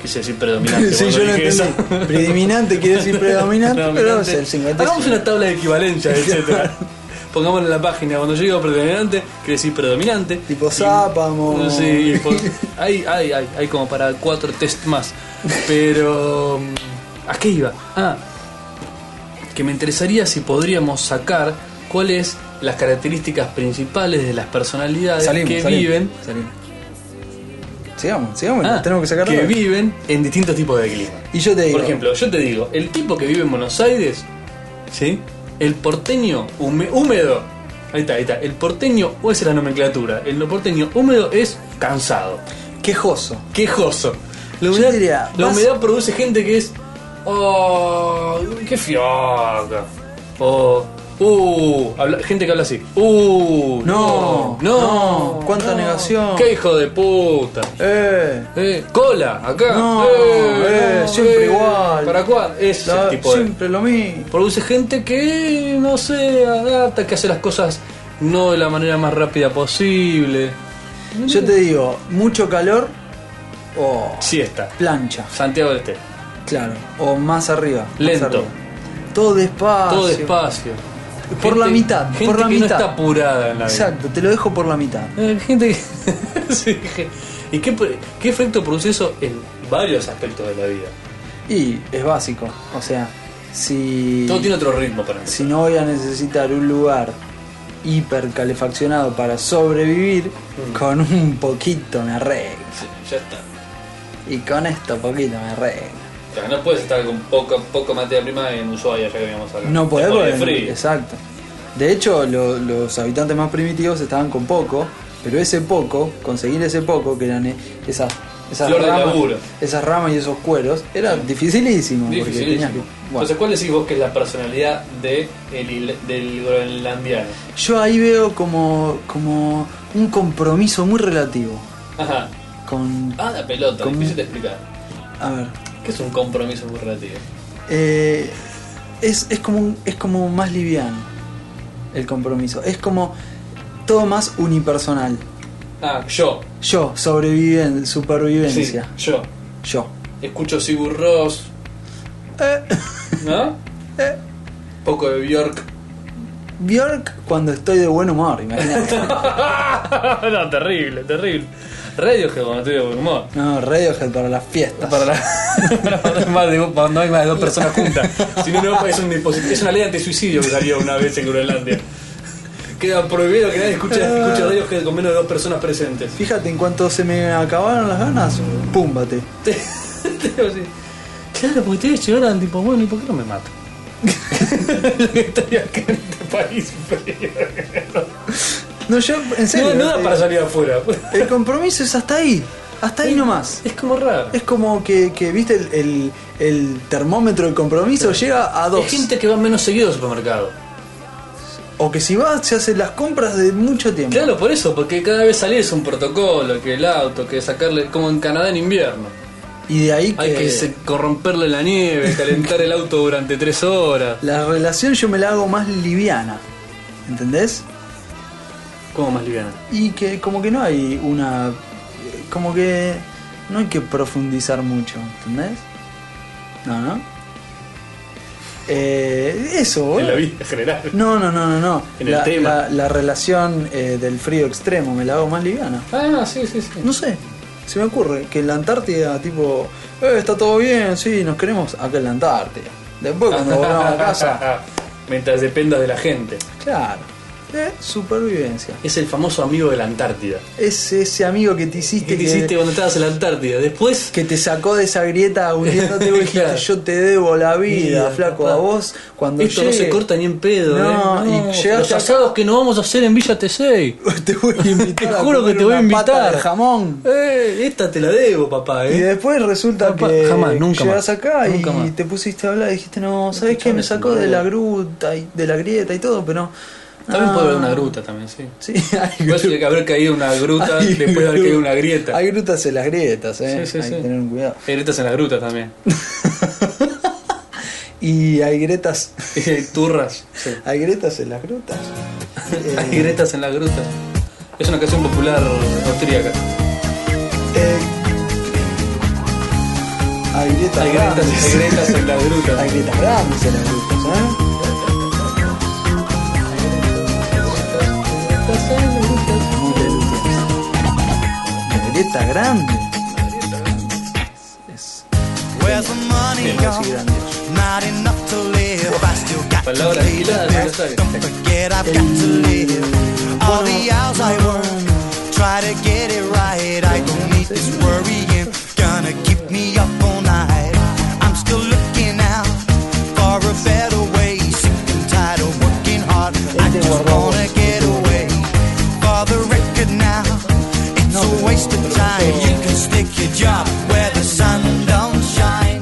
Quise decir predominante.
Sí,
cuando
yo no
dije
entendí.
eso.
Predominante quiere decir predominante, pero es
Predominante.
el 50.
Hagamos una tabla de equivalencia, etc. Pongámoslo en la página, cuando yo digo predominante, quiere decir predominante.
Tipo
Y-
zápamo.
Sí, y po- hay, hay, hay, hay como para cuatro test más. Pero... mm, ¿A qué iba? Ah, que me interesaría si podríamos sacar cuáles las características principales de las personalidades
Salimos,
que
salimos,
viven
salimos. Sigamos, sigamos,
Ah,
tenemos que sacar
que
nota.
viven en distintos tipos de clima.
Y yo te digo,
Por ejemplo, yo te digo, el tipo que vive en Buenos Aires, ¿sí? El porteño hume- húmedo. Ahí está, ahí está. El porteño, o esa es la nomenclatura. El no porteño húmedo es cansado,
quejoso.
quejoso. La
Yo
humedad,
diría,
la
vas-
humedad produce gente que es. ¡Oh! ¡Qué fioca! ¡Oh! ¡Uh! habla- gente que habla así. ¡Uh!
No,
¡No! ¡No!
no, cuánta negación.
¡Qué hijo de puta!
Eh,
Eh, cola, acá.
No, eh, siempre igual.
¿Para cuándo? Es
la-
el tipo de.
siempre lo mismo.
Produce gente que no se adapta, que hace las cosas no de la manera más rápida posible.
Yo te digo, mucho calor o
Siesta.
plancha,
Santiago del Este.
claro, o más arriba. más
Lento.
arriba. Todo despacio.
Todo despacio.
Ah, Por la mitad,
Gente
por la
que
mitad.
no está apurada en la vida.
Exacto, te lo dejo por la mitad.
Eh, gente que. Sí, je- ¿Y qué, pro- qué efecto produce eso en varios aspectos de la vida?
Y es básico, o sea, si
Todo tiene otro ritmo para mí.
si no voy a necesitar un lugar hipercalefaccionado para sobrevivir,
Mm.
con un poquito me arreglo.
Sí, ya está.
Y con esto poquito me arreglo.
O sea, no puedes estar con poco, poco materia prima en Ushuaia, ya que habíamos hablado.
No
Te
podés
morís de
porque-
frío.
Exacto. De hecho, lo- los habitantes más primitivos estaban con poco, pero ese poco, conseguir ese poco, que eran eh, esas, esas
Flor de
ramas,
laburo.
esas ramas y esos cueros, era dificilísimo. porque
Dificilísimo.
tenías que- bueno.
Entonces, ¿cuál decís vos que es la personalidad de el il- del groenlandiano?
yo ahí veo como, como un compromiso muy relativo
Ajá.
con...
Ah, la pelota,
Con-
difícil de explicar.
A ver.
¿Qué es un compromiso muy relativo?
eh, es, es, como un- es como más liviano el compromiso. Es como todo más unipersonal.
Ah, yo.
Yo, sobreviven,
Sí,
supervivencia.
yo.
Yo.
Escucho Sigur Rós, ¿no?
Eh,
Poco de Bjork.
Bjork cuando estoy de buen humor, imagínate.
no, terrible, terrible. Radiohead cuando estoy de buen humor.
No, Radiohead para las fiestas.
Para la- para poner más de- para no hay más de dos personas juntas. Si no, no, es, un dispositivo- es una ley antisuicidio que salió una vez en Groenlandia. Queda prohibido que nadie escuche, escuche Radiohead con menos de dos personas presentes.
Fíjate, en cuanto se me acabaron las ganas, púmbate.
Te- te digo así, claro, porque te llegaran tipo, bueno, ¿y por qué no me mato? Estaría acá en este país frío.
No, yo, en
No,
serio.
no da
eh,
para salir afuera.
El compromiso es hasta ahí. Hasta ahí nomás.
Es como raro.
Es como que, que, viste, el, el- el termómetro del compromiso llega a dos.
Hay gente que va menos seguido al supermercado.
O que si vas, se hacen las compras de mucho tiempo.
Claro, por eso, porque cada vez salir es un protocolo, que el auto, que sacarle, como en Canadá en invierno.
Y de ahí que,
Hay que se- corromperle la nieve, calentar el auto durante tres horas.
la relación yo me la hago más liviana. ¿Entendés?
¿Cómo más liviana?
Y que como que no hay una... Como que no hay que profundizar mucho, ¿entendés? No, ¿no? Eh, eso,
En la
boludo.
vida en general.
No, no, no, no, no.
En el
la,
tema.
la- la relación eh, del frío extremo me la hago más liviana.
Ah, sí, sí, sí.
No sé, se me ocurre que en la Antártida, tipo, "Eh, está todo bien, sí, nos queremos acá en la Antártida. Después
Ah,
cuando volvamos a casa,
Mientras dependas de la gente.
claro, eh, supervivencia.
Es el famoso amigo de la Antártida.
Es ese amigo que te hiciste
¿Qué te
que-
hiciste cuando estabas en la Antártida? Después,
que te sacó de esa grieta hundiéndote y dijiste
Claro.
yo te debo la vida,
Vida,
flaco
papá.
a vos cuando
esto no
llegue,
se corta ni en pedo,
No,
¿eh?
y llegaste
los
acá-
asados que no vamos a hacer en Villa T6.
te voy a
Te
invitar a
juro que
comer
te voy a
una pata
invitar.
de jamón
Eh, esta te la debo, papá,
y
eh.
después resulta
Papá,
que
jamás, nunca
llegas
más,
acá
nunca
y
más.
te pusiste a hablar y dijiste no sabes qué
chabón
me
es un
sacó de
boludo.
la gruta y de la grieta y todo pero
También
ah,
puede haber una gruta también, sí.
sí hay
Puede ser que haber caído en una gruta
hay
después de haber caído en una grieta.
hay grutas en las grietas eh.
Sí, sí,
hay
sí.
que tener cuidado
Hay grietas en las grutas también.
Y hay gretas.
Eh, Turras. sí.
Hay gretas en las grutas. Eh,
Hay gretas en las grutas. Es una canción popular austríaca.
eh, hay grietas
Hay gretas,
grandes.
hay gretas en las grutas.
Hay grietas grandes en las grutas, ¿eh? Muy peludas. Una grieta grande. Es
Where's the money
Bien,
casi
gone?
grande.
Not enough to live. I still got to
Palabras
pay the
afiladas,
bills.
Rosario.
Don't forget I've got to live. All the hours I work, try to get it right. I don't need this worrying. Gonna keep me up all night. I'm still looking out for a better way. Sick and tired of working hard. I
Este
just
guardado.
wanna get away. For the record now, it's a waste of time. You can stick your job where the sun don't shine.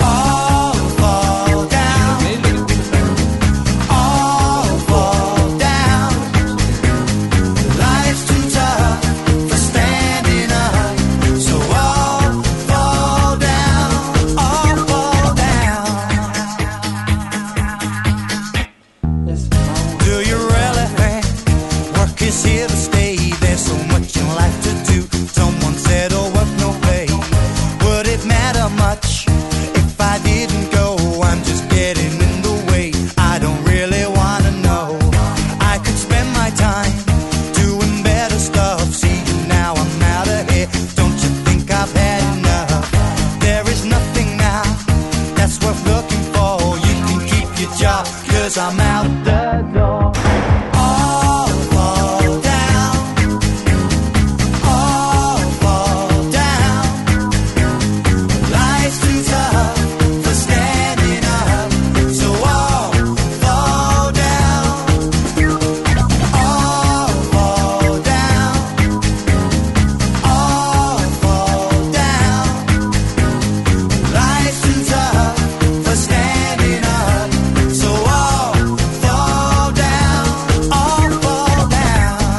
All fall down. All fall down. Life's too tough for standing up. So all fall down. All fall down. Do you really think work is here to stay? There's so much in life to do. Someone said, Oh, work no pay. Would it matter much if I didn't go? I'm just getting in the way. I don't really wanna know. I could spend my time doing better stuff. See you now, I'm out of here. Don't you think I've had enough? There is nothing now that's worth looking for. You can keep your job, cause I'm out the door. All fall down. All fall down. Life's too tough for standing up. So all fall down. All fall down. All fall down. License up for standing up. So all fall down, all fall down.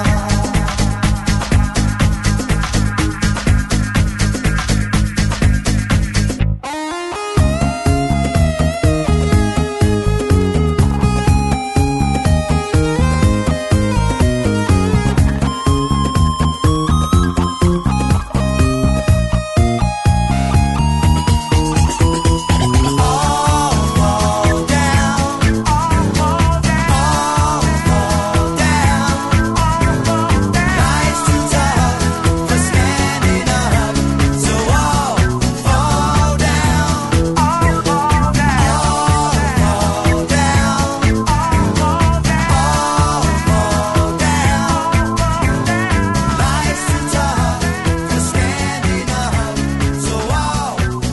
All fall down, all fall down, all fall down, all fall down. License up for standing up. So all fall down, all fall down, all fall down, all fall down, all fall down. License up for standing up. So all fall down.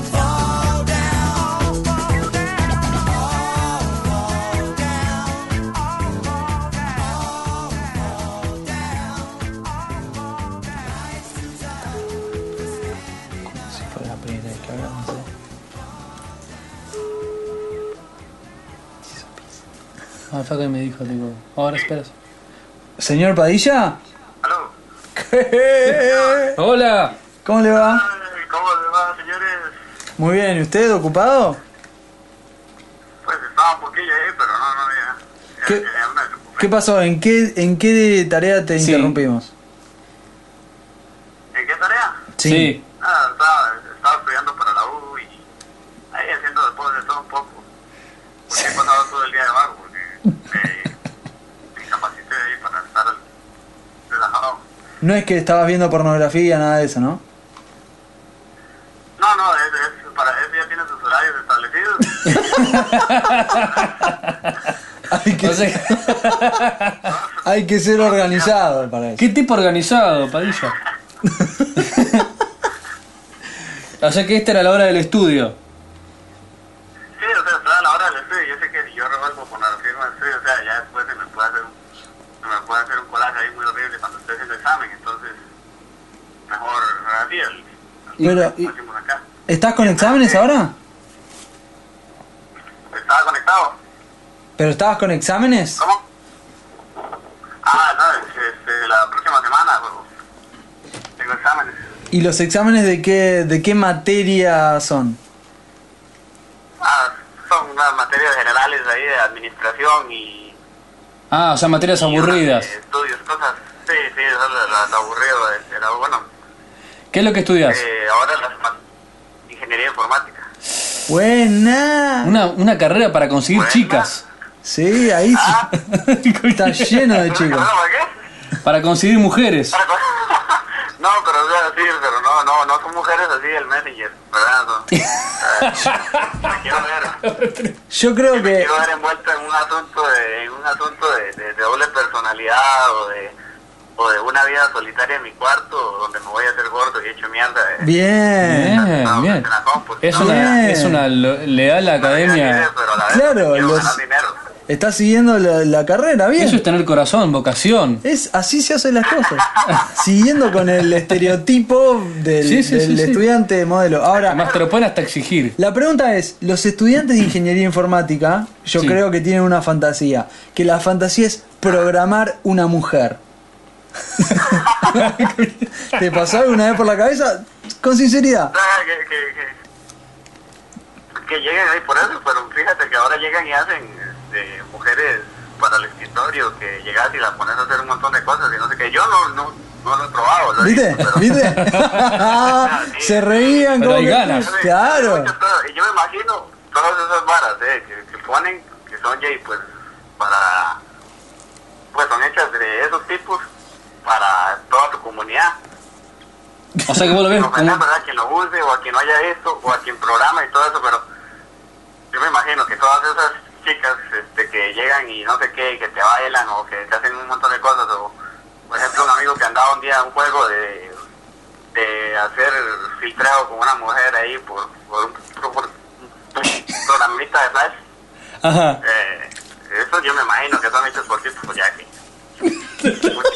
Si fuera la primera vez que hablamos, ¿eh?
Motherfucker Ah, me dijo, tipo, ahora esperas.
Señor Padilla,
¿Aló?
¡Hola!
¿cómo le va?
Ay, ¿Cómo le va, señores?
Muy bien, ¿y usted ocupado?
Pues estaba un poquillo ahí, pero no, no, ya. Ya,
¿Qué-
ya, ya me desocupé.
¿Qué pasó? ¿En qué, en qué tarea te
Sí.
interrumpimos?
¿En qué tarea?
Sí.
Nada, estaba, estaba estudiando para la U y ahí haciendo deporte todo un poco. Porque he pasado todo el día de vago, porque eh, me discapacité ahí para estar relajado.
No es que estabas viendo pornografía, nada de eso, ¿no?
No, no, es, es para eso ya tiene sus horarios establecidos.
Hay que,
O sea,
hay que ser organizado para eso.
¿Qué tipo organizado, Padilla? o sea que esta era la hora del estudio.
Sí, o sea, está a la hora del estudio. Yo sé que si yo revuelvo con la firma del estudio, o sea, ya después se me puede hacer un, se me puede hacer un colaje ahí muy horrible cuando esté haciendo examen. Entonces, mejor así el,
Pero,
lo hacemos acá.
¿Estás con exámenes ahora?
Estaba conectado.
¿Pero estabas con exámenes?
¿Cómo? Ah, no, es, es, eh, la próxima semana bueno, tengo exámenes.
¿Y los exámenes de qué, de qué materia son?
Ah, son unas materias materias generales ahí de administración y
Ah, o sea, materias aburridas.
eh, estudios, cosas. Sí, sí, eso es lo, lo- lo aburrido. de- de la- bueno,
¿Qué es lo que estudias?
eh, ahora las ma- ingeniería informática.
Buena.
Una, una carrera para conseguir
Buena.
chicas.
Sí, ahí sí.
Ah.
Está lleno de chicos.
¿Para qué?
Para conseguir mujeres.
Para co- No, pero o sea, sí, pero no, no, no son mujeres así el manager, ¿verdad? No. Eh, me quiero ver,
Yo creo
me
que.
quiero ver envuelta en un asunto de, en un asunto de, de- de doble personalidad o de, o de una vida solitaria en mi cuarto donde me voy a hacer gordo y hecho mierda. eh.
Bien.
Bien,
No,
bien.
me la compro.
Es
No,
una,
Bien.
es una lo- leal
no me
academia.
quiero, pero a la vez
Claro,
quiero
los-
ganar dinero.
Está siguiendo la, la carrera,
Eso es
bien.
tener corazón, vocación.
Es, así se hacen las cosas. Siguiendo con el estereotipo del,
Sí, sí,
del
sí, sí.
estudiante modelo. Ahora,
Además, te lo pueden hasta exigir.
La pregunta es, los estudiantes de ingeniería informática, yo
Sí.
creo que tienen una fantasía, que la fantasía es programar una mujer. ¿Te pasó alguna vez por la cabeza? Con sinceridad.
Ah, que, que, que, que lleguen ahí por eso, pero fíjate que ahora llegan y hacen este, mujeres para el escritorio, que llegas y las pones a hacer un montón de cosas y no sé qué. Yo no, no, no lo he probado. lo he
¿Viste?
visto, pero-
¿Viste? Se reían
Pero
como
hay
que-
ganas.
Claro.
Muchas cosas, Y yo me imagino todas esas varas eh, que, que ponen, que son Jay, pues, para. Pues son hechas de esos tipos para toda tu comunidad.
O sea que vos lo ves
Ojalá,
como.
¿verdad? A quien lo use, o a quien no haya visto, o a quien programa y todo eso, pero yo me imagino que todas esas chicas este, que llegan y no sé qué, y que te bailan o que te hacen un montón de cosas, o por ejemplo un amigo que andaba un día a un juego de, de hacer filtrado con una mujer ahí por, por un, por- por un programista de flash,
Ajá.
eh, eso yo me imagino que son hechos por tipos ya que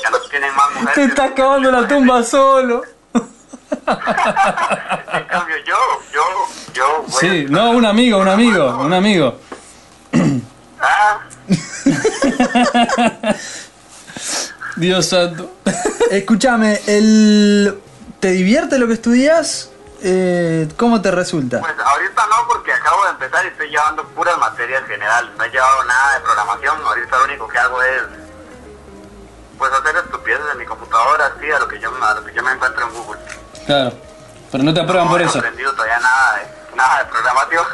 ya no tienen más mujeres.
Te estás cavando la tumba solo.
En cambio yo, yo, yo, voy
Sí,
a-
no, un amigo, un amigo, un amigo.
Ah,
Dios santo.
Escúchame, el... ¿te divierte lo que estudias? Eh, ¿Cómo te resulta?
pues ahorita no, porque acabo de empezar y estoy llevando puras materias generales. No he llevado nada de programación. Ahorita lo único que hago es, pues, hacer estupideces en mi computadora, así a lo que yo, a lo que yo me encuentro en Google.
Claro. Pero no te aprueban por
no he
eso.
aprendido todavía nada de, nada de programación.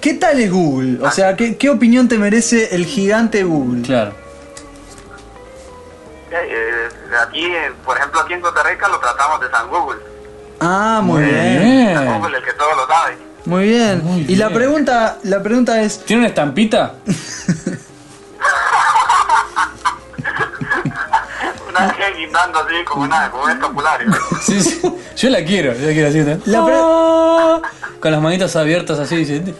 ¿Qué tal es Google? O sea, ¿qué, qué opinión te merece el gigante Google?
Claro.
Eh, eh, aquí, en- por ejemplo, aquí en Costa Rica lo tratamos de San Google.
Ah, muy bien.
San
Bien.
Google el que todo lo sabe.
Muy bien.
Muy
y la
bien.
pregunta, la pregunta es,
¿Tiene una estampita?
Una gente guindando así como una, como un escapulario.
Sí, sí. Yo la quiero, yo la quiero así. ¿no?
La pre-
Ah, Con las manitas abiertas así, dice.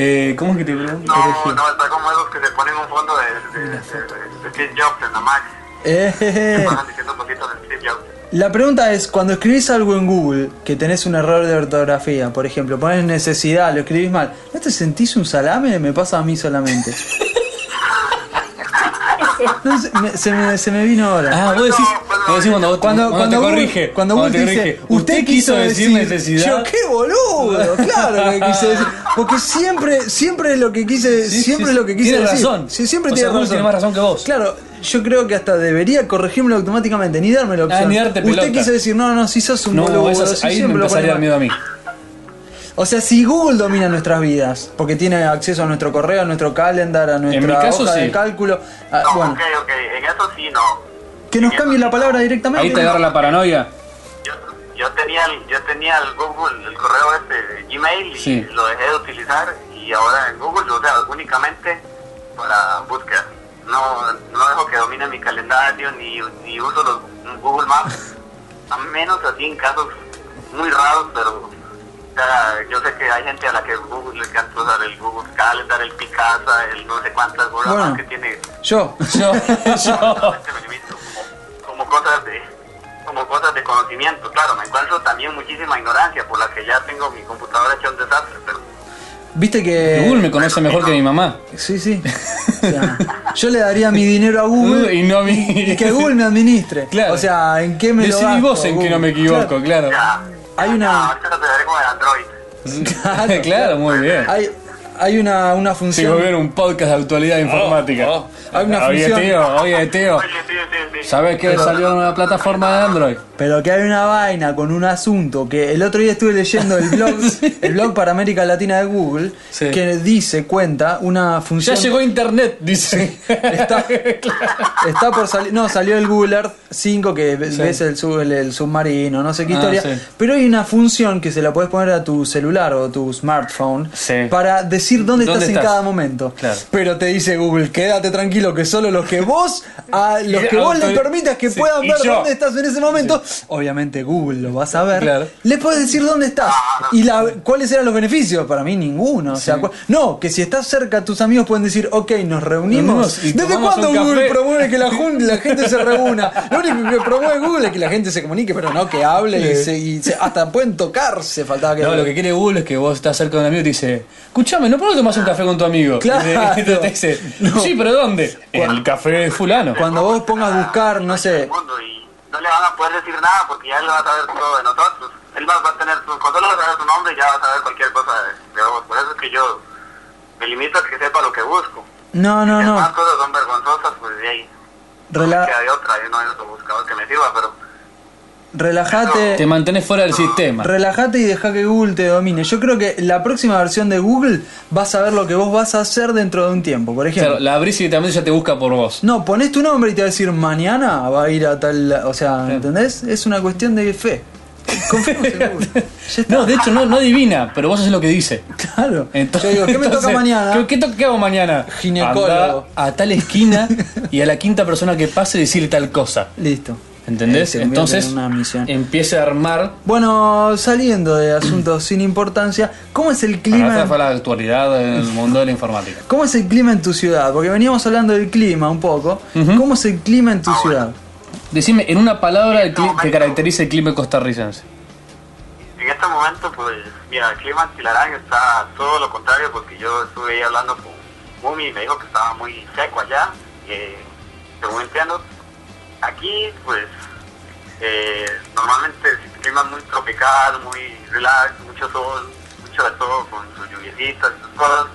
Eh, ¿Cómo es que te pregunto?
No, no, está como esos que se ponen un fondo de, de, de- de Steve Jobs en la Mac.
eh,
Estaban diciendo cositas de Steve Jobs.
la pregunta es, cuando escribís algo en Google que tenés un error de ortografía, por ejemplo, pones necesidad, lo escribís mal, ¿no te sentís un salame? Me pasa a mí solamente. No sé, me- se, me, se me vino ahora.
Ah, vos decís, vos decís cuando vos
Cuando, cuando,
te
Google-
corrige.
cuando Google
te
te dice,
corrige,
usted, quiso decir
necesidad.
Yo, qué boludo, claro que quise decir. Porque siempre, siempre es lo que quise,
Sí,
siempre
sí,
es lo que quise
tiene
decir.
razón.
Sí, siempre
O
tiene
sea, Google
razón.
tiene más razón que vos.
Claro, yo creo que hasta debería corregirme automáticamente, ni darme la opción.
Ah, ni darte
Usted
pelota.
quiso decir, no, no, si sos un
No,
boludo,
esas-
si
ahí me
siempre lo
empezaría a dar
pones
miedo a mí.
mal". O sea, si Google domina nuestras vidas, porque tiene acceso a nuestro correo, a nuestro calendar, a nuestra
mi caso,
hoja de
sí.
cálculo, a-
No,
Ah, bueno,
ok, ok, en eso sí no.
que nos cambie la palabra directamente.
Ahí te agarra la paranoia.
Yo, yo tenía el, yo tenía el Google, el correo este de Gmail y
Sí.
lo dejé de utilizar y ahora en Google lo sea, únicamente para búsqueda. No, no dejo que domine mi calendario ni, ni uso los Google Maps, a menos así en casos muy raros, pero o sea, yo sé que hay gente a la que Google le encanta usar el Google Calendar, el Picasa, el no sé cuántas Google
Bueno.
Maps que tiene
Yo,
Yo, yo.
solamente me limito como, como cosas de como cosas de conocimiento, claro, me encuentro también muchísima ignorancia por la que ya tengo mi computadora hecha un desastre, pero
viste que...
Google me conoce mejor que mi mamá.
Sí, sí. O sea, yo le daría mi dinero a Google
Y no a mí.
y que Google me administre.
Claro.
O sea, ¿en qué me lo
Decidí
gasto,
vos en que
Google?
no me equivoco,
Claro.
claro.
ya,
Hay
ya,
una-
ahorita te daré como el Android.
Claro, muy bien.
Hay, hay una, una
Si
función.
volviera un podcast de actualidad informática.
oh.
Hay una
oye,
función.
tío, oye, tío.
Oye, sí, sí, sí.
¿Sabes que salió una plataforma de Android?
Pero que hay una vaina con un asunto que el otro día estuve leyendo el blog, el blog para América Latina de Google,
Sí.
que dice, cuenta, una
Ya
función.
llegó internet, dice.
Está, está por salir. No, salió el Google Earth 5 que ve- ves el, sub- el- el submarino, no sé qué
Ah,
historia.
sí.
Pero hay una función que se la puedes poner a tu celular o tu smartphone
Sí.
para decir dónde,
¿Dónde
estás,
estás?
en cada momento.
Claro.
Pero te dice Google, quédate tranquilo que solo los que vos, a los que
Ah,
vos le
estoy-
permitas que
Sí.
puedan
Y
ver
yo.
dónde estás en ese momento, obviamente Google lo va a saber,
Claro.
le puedes decir dónde estás. ¿Y la, cuáles eran los beneficios? Para mí ninguno. O sea, cu- no, que si estás cerca, tus amigos pueden decir, ok, nos reunimos.
Reunimos y
¿Desde
tomamos
cuándo
un
Google
café?
promueve que la, jun- la gente se reúna? Lo único que promueve Google es que la gente se comunique, pero no que hable y, se- y se- hasta pueden tocarse. Faltaba que.
No, lo que quiere Google es que vos estás cerca de un amigo y te dice, escuchame, ¿no puedo tomar un café con tu amigo?
Claro.
Y te dice,
No.
sí, pero ¿dónde? En el café de fulano.
Cuando vos pongas buscar, no sé.
mundo y no le van a poder decir nada porque ya él va a saber todo de nosotros. Él va, va a tener su, con solo saber su nombre ya va a saber cualquier cosa de, de vos. Por eso es que yo me limito a que sepa lo que busco.
No, no,
Si las
no.
demás cosas son vergonzosas, pues de ahí.
Rela-
No me queda de otra, yo no hay otro buscador que me sirva, pero
Te
Relájate.
mantenés fuera del sistema.
Relájate y deja que Google te domine. Yo creo que la próxima versión de Google va a saber lo que vos vas a hacer dentro de un tiempo. Por ejemplo,
Claro, la abrís y también ya te busca por vos.
No, pones tu nombre y te va a decir mañana va a ir a tal. O sea, ¿entendés? Es una cuestión de fe. Confiamos en Google. Ya está.
No, de hecho no, no adivina, pero vos haces lo que dice.
Claro.
Entonces,
Yo digo, ¿qué me
entonces,
toca mañana?
¿Qué, qué to- qué hago mañana?
Ginecólogo.
Andá a tal esquina y a la quinta persona que pase decir tal cosa.
Listo.
¿Entendés?
Se Eh, convierte
Entonces
en una misión.
empieza a armar.
Bueno, saliendo de asuntos sin importancia, ¿cómo es el
Para
clima?
esta fue la actualidad en el mundo de la informática.
¿Cómo es el clima en tu ciudad? Porque veníamos hablando del clima un poco. ¿Cómo es el clima en tu
Ah,
ciudad?
Decime en una palabra el cli- que caracteriza el clima costarricense.
En este momento, pues, mira, el clima en Tilarán está todo lo contrario porque yo estuve ahí hablando con Mumi y me dijo que estaba muy seco allá, eh, según entiendo. Aquí, pues, eh, normalmente es un clima muy tropical, muy relax, mucho sol, mucho de todo con sus lluviecitas y sus cosas,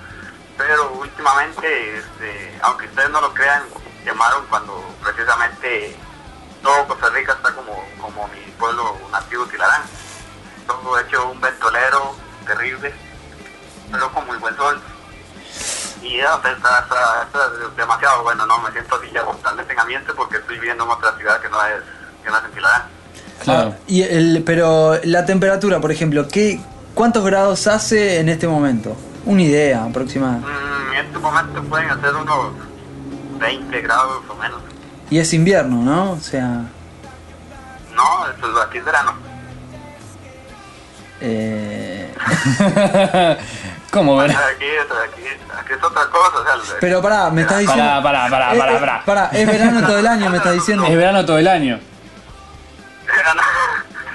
pero últimamente, este, aunque ustedes no lo crean, llamaron cuando precisamente todo Costa Rica está como, como mi pueblo nativo Tilarán todo hecho un ventolero terrible, pero con muy buen sol. Y ya, pues, está, está- está demasiado bueno, no, me siento así ya totalmente en ambiente porque estoy viviendo en otra ciudad que no es, que no es en Tilarán.
Claro.
Ah, y el, pero la temperatura, por ejemplo, ¿qué, ¿cuántos grados hace en este momento? Una idea aproximada.
Mm, en este momento pueden hacer unos 20 grados o menos.
Y es invierno, ¿no? O sea.
No, esto es aquí es verano.
eh,
¿Cómo ver?
Aquí es, aquí, es- aquí es otra cosa, o sea, el-
Pero pará, me estás diciendo.
Pará, pará, pará,
Eh,
pará,
eh,
pará.
pará, es verano todo el año, me estás diciendo.
Es verano todo el año.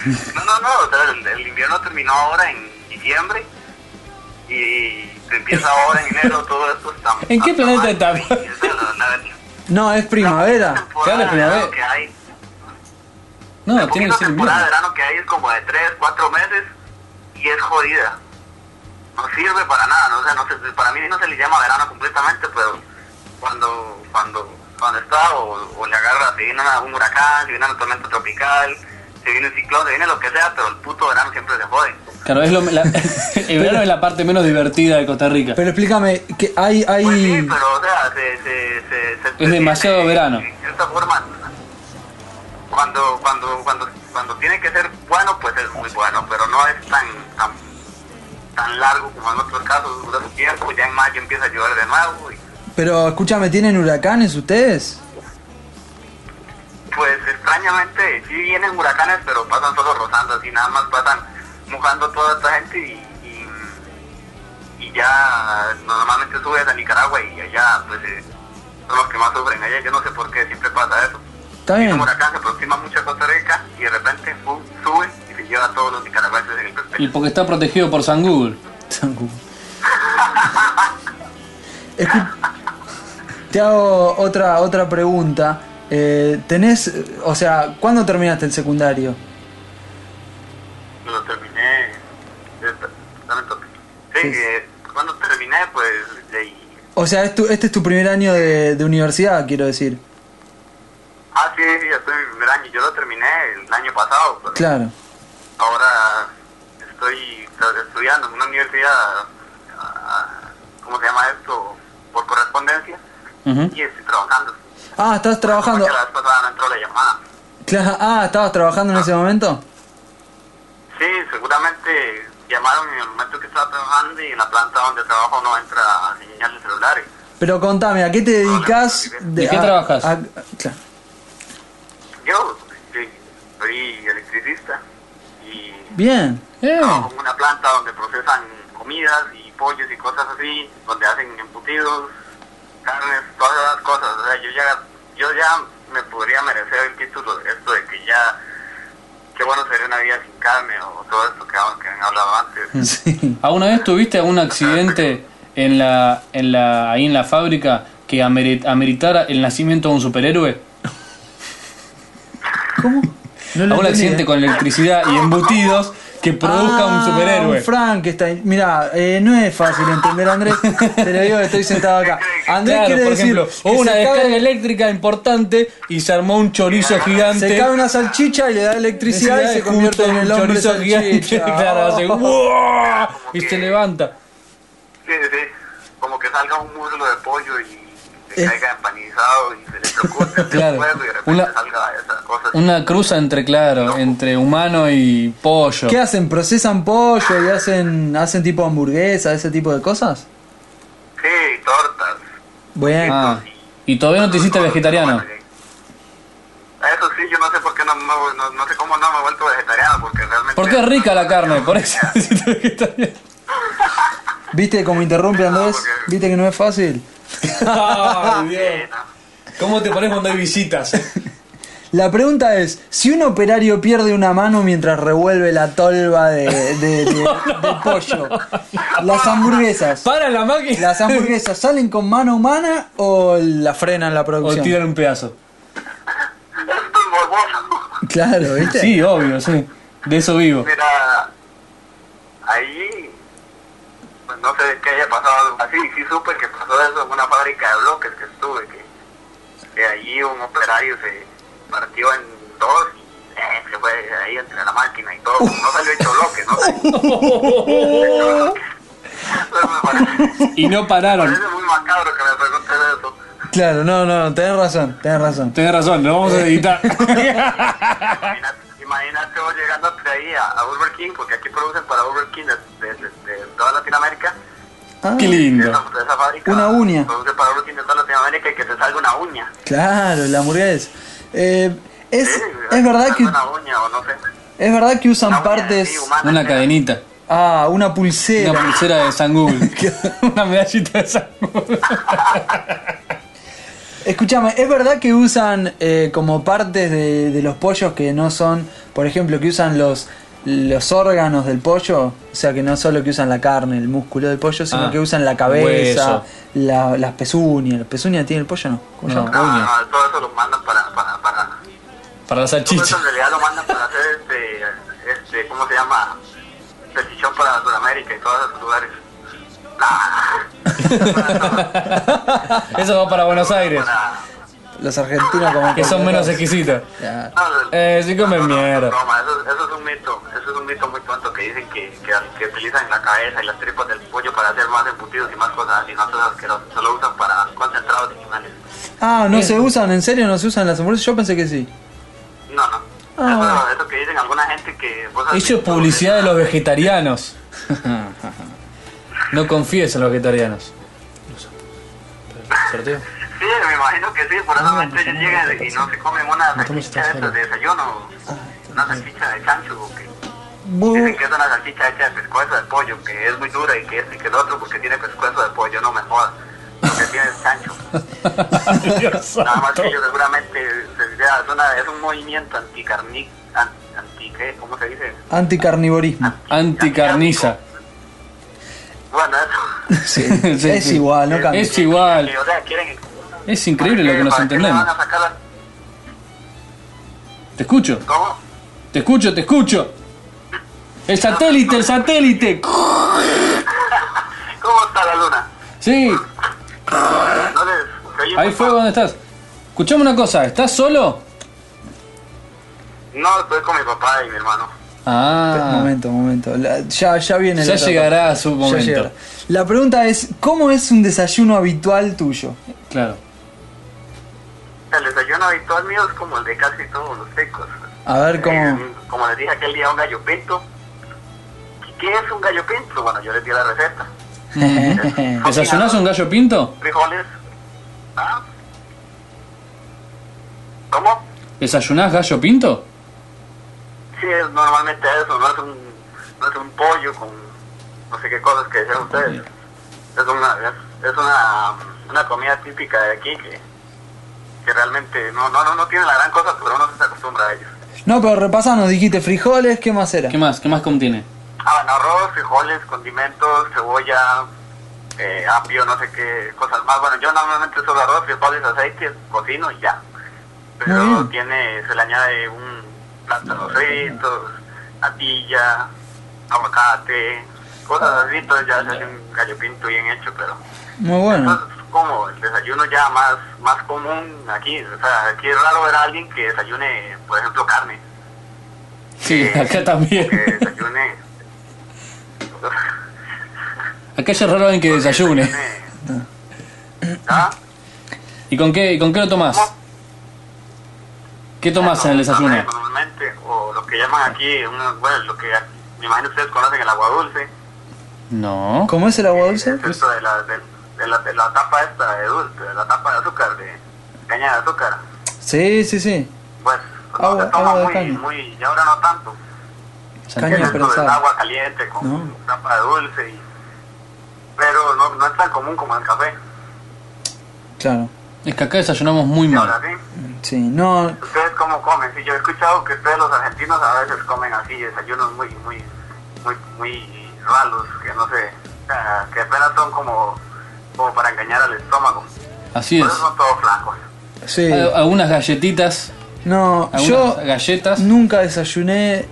No, no, no, o sea, el, el invierno terminó ahora en diciembre y se empieza ahora en enero, todo esto está...
¿En qué planeta
está?
estamos?
mal, y es la- la- la
No, es primavera.
temporada
Claro,
de
primavera.
verano que hay.
No,
La
tiene que
poquita
ser
temporada de
invierno.
verano que hay es como de 3, 4 meses y es jodida. No sirve para nada, ¿no? o sea, no se- para mí no se le llama verano completamente, pero cuando cuando cuando está o, o le agarra, se viene una- un huracán, se viene una tormenta tropical, se viene un ciclón, se viene lo que sea, pero el puto verano siempre se jode.
Claro, es lo, la- el verano es la parte menos divertida de Costa Rica.
Pero explícame, que hay,
Pues sí,
hay.
pero o sea, se, se, se, se- se
demasiado
siente,
verano.
De cierta forma, cuando, cuando, cuando, cuando tiene que ser bueno, pues es muy bueno, pero no es tan, tan, tan largo como en otros casos, dura su tiempo, ya en mayo empieza a llover de nuevo. y,
Pero escúchame, ¿tienen huracanes ustedes?
pues extrañamente, sí vienen huracanes, pero pasan solo rozando, así nada más pasan mojando a toda esta gente y, y, y ya normalmente subes a Nicaragua y allá pues eh, son los que más sufren allá, yo no sé por qué siempre pasa eso.
Está
Viene
bien.
Un huracán se aproxima mucho a Costa Rica y de repente pum, sube y se lleva a todos los nicaragüenses en el
Y
perfil.
porque está protegido por San Google.
Sangu. Escu- Te hago otra, otra pregunta. Eh, ¿Tenés. O sea, ¿cuándo terminaste el secundario?
Lo terminé. eh, t- lamento. Sí, eh, cuando terminé terminé, pues leí.
O sea, es tu- este es tu primer año de, de universidad, quiero decir.
Ah, sí, sí, estoy en mi primer año. Yo lo terminé el año pasado. pues, pero
Claro.
Ahora estoy estudiando en una universidad, ah, ¿cómo se llama esto? Por correspondencia. Y estoy trabajando.
Ah, estás trabajando.
Porque la vez pasada no entró la llamada.
Claro, ah, estabas trabajando en ese momento.
Sí, seguramente llamaron en el momento que estaba trabajando y en la planta donde trabajo no entra señal de celulares.
Pero contame, ¿a qué te dedicas?
¿De qué trabajas?
claro.
Yo sí, soy electricista y
Bien.
Eh,
trabajo en una planta donde procesan comidas y pollos y cosas así, donde hacen embutidos, carnes, todas esas cosas. O sea, yo ya, yo ya me podría merecer el título de esto de que ya, qué bueno sería una vida sin carne o todo esto que, que han hablado antes.
Mm.
Sí.
¿Alguna vez tuviste algún accidente en la, en la, ahí en la fábrica que ameri- ameritara el nacimiento de un superhéroe?
¿Cómo? No lo
¿Algún
entendí,
accidente
eh.
con electricidad y embutidos que produzca
Ah,
un superhéroe?
un Frankenstein. Mirá, eh, no es fácil entender, Andrés. Te lo digo que estoy sentado acá. Andrés
Claro,
quiere
por
decir
ejemplo,
que
hubo una
se,
descarga
cabe,
eléctrica importante y se armó un chorizo
se
gigante.
cabe una salchicha y le da electricidad y se convierte en el hombre
chorizo gigante.
salchicha. Oh.
Claro, hace ¡guau! y se levanta.
Sí, sí, sí. Como que salga un muslo de pollo y se
Eh.
caiga empanizado y se electrocute el
Claro.
fuego y de repente
Una-
salga esa cosa.
Una cruza entre, claro, entre humano y pollo.
¿Qué hacen? ¿Procesan pollo y hacen, hacen tipo hamburguesa, ese tipo de cosas?
Sí, tortas.
Bueno,
Ah, y todavía no te hiciste vegetariano.
Eso sí, yo no sé por qué no, me- no, no sé cómo no me he vuelto vegetariano, porque realmente...
Porque es rica la carne, por eso te hiciste vegetariano.
¿viste cómo interrumpe Andrés?
porque-
¿Viste que no es fácil?
Ay,
Sí,
Dios.
no.
¿Cómo te pones cuando hay visitas?
La pregunta es, si un operario pierde una mano mientras revuelve la tolva de, de- de- de pollo, las hamburguesas,
Para la máquina.
¿las hamburguesas salen con mano humana o la frenan la
O
producción?
tiran un pedazo.
Esto es morboso.
Claro, ¿viste?
Sí, obvio, sí. De eso vivo.
Mira, ahí, pues no sé qué haya pasado algo así, sí supe que pasó eso en una fábrica de bloques que estuve, que, que allí un operario se partió en dos y eh, se fue ahí entre la máquina y todo, no salió hecho bloque, ¿no? Pero me parece,
Y no pararon.
parece muy macabro que me preguntes eso.
Claro, no, no, tenés razón, tenés razón.
Tenés razón, lo vamos a editar.
Imagínate, imagínate vos llegando hasta ahí a, a Burger King, porque aquí producen para Burger King de, de- de- de toda Latinoamérica.
Ah,
Qué
de
lindo.
esa- de esa fábrica
Una uña.
produce para Burger King de toda Latinoamérica y que te salga una uña.
claro, la hamburguesa. Eh, es,
Sí,
es verdad que
Una uña o no sé.
es verdad que
Una
usan
uña
partes
así, humana,
Una
que-
cadenita.
ah una
Una
pulsera
pulsera de San Google. Una medallita de San Google.
Escúchame, ¿es verdad que usan eh, como partes de, de los pollos que no son, por ejemplo, que usan los, los órganos del pollo? O sea, que no solo que usan la carne, el músculo del pollo, sino
Ah,
que usan la
hueso.
cabeza, la- las pezuñas. ¿Las pezuñas tiene el pollo no? ¿Cómo se
No.
llama?
No,
uña.
no, todo eso lo mandan para... para, para
Para la
todo eso
salchicha.
en realidad lo mandan para hacer este... este ¿Cómo se llama? Petición para Sudamérica y todos esos lugares.
Eso va para Buenos Aires.
Para...
Los argentinos como
Que son
cualquier
menos
cosa.
exquisitos.
Claro.
No, el-
Eh, sí comen
no, no, no,
mierda.
broma, eso, eso es un mito, eso es un mito muy tonto que dicen que, que, que utilizan la cabeza y las tripas del pollo para hacer más embutidos y más cosas así, no eso es asqueroso, solo usan para concentrados de animales.
Ah,
Eh.
¿no se usan? ¿En serio no se usan las hamburguesas? Yo pensé que sí.
No, no.
Ah, bueno.
Eso, eso que dicen alguna gente que... vos has
Eso es
visto-
publicidad de los vegetarianos. No confíes en los vegetarianos.
¿Sorteo?
Sí, me imagino que sí, por eso la gente llega y Ah, no se Ah, comen una salchicha de esas de desayuno, una salchicha de chancho, que dicen que es una salchicha hecha de pescuezo de pollo, que es muy dura y que este y que el otro, porque tiene pescuezo de pollo, no me jodas, lo que tiene es chancho. Nada más que ellos seguramente, se- ya, es, una- es un movimiento anticarni... an- anti, ¿qué? ¿Cómo se dice?
Anticarnivorismo.
Anticarniza.
Bueno, eso...
Sí,
Sí, sí.
es igual, no cambia.
Es igual.
que, o sea, quieren...
Es increíble lo que nos
¿para qué le
entendemos.
van a sacar las-
Te escucho.
¿Cómo?
Te escucho, te escucho. El satélite, el satélite.
¿Cómo está la luna?
Sí,
No les. se oye
ahí
muy
fue
mal.
donde estás. Escuchame una cosa, ¿estás solo?
No, estoy con mi papá y mi hermano.
Espera,
Ah,
Momento, momento. La- ya, ya viene
ya
la etapa.
llegará su
Ya
momento.
llegará. La pregunta es, ¿cómo es un desayuno habitual tuyo?
Claro.
El desayuno habitual mío es como el de casi todos los secos.
A ver cómo...
Eh, como les dije aquel día, un gallo pinto. ¿Qué- ¿Qué es un gallo pinto? Bueno, yo les di la receta.
¿Desayunás un gallo pinto?
Frijoles. ¿Ah? ¿Cómo?
¿Desayunás gallo pinto?
Sí, es normalmente eso, no es un, no es un pollo con no sé qué cosas que decían ustedes. Es una, es, es una, una comida típica de aquí que, que realmente no, no, no, no tiene la gran cosa, pero uno se acostumbra a ellos.
No, pero repasanos, dijiste frijoles, ¿qué más era?
¿Qué más? ¿Qué más contiene?
Ah, bueno, arroz, frijoles, condimentos, cebolla, eh, apio, no sé qué cosas más. Bueno, yo normalmente solo arroz, frijoles, aceite, cocino y ya.
Muy
Pero
bien.
tiene, se le añade un plátano frito, natilla, aguacate,
Ah.
cosas así, entonces ya se hace un gallo pinto bien hecho, pero
Muy bueno.
Ah.
eso es como el desayuno ya más, más común aquí. O sea, aquí es raro ver a alguien que desayune, por ejemplo, carne
Sí, acá también.
que desayune.
Acá ya es raro alguien que desayune.
¿Ah?
¿Y con qué, y con qué lo tomás? ¿Qué tomás en el desayuno?
Normalmente, o lo que llaman aquí, una- bueno, lo que me imagino ustedes conocen el agua dulce.
No.
¿Cómo es el agua dulce?
Es esto de la, de, de la, de la tapa esta de dulce, de la tapa de azúcar, de caña de azúcar.
Sí, sí, sí.
Pues, no
Ah,
Agua-
se toma
agua de
muy,
caña.
muy, y ahora no tanto.
Caña
Es esto del
prensada.
agua caliente con
No.
tapa de dulce. Y, pero no, no es tan común como el café.
Claro.
Es que acá desayunamos muy
Y
mal.
ahora sí.
Sí, no...
¿Ustedes cómo comen? Sí, yo he escuchado que ustedes los argentinos a veces comen así, desayunos muy, muy, muy, muy raros, que no sé, ah, que apenas son como, como para engañar al estómago.
Así
Por
es.
eso son todos flacos.
Sí.
Hay Algunas galletitas,
No,
algunas
yo
galletas.
nunca desayuné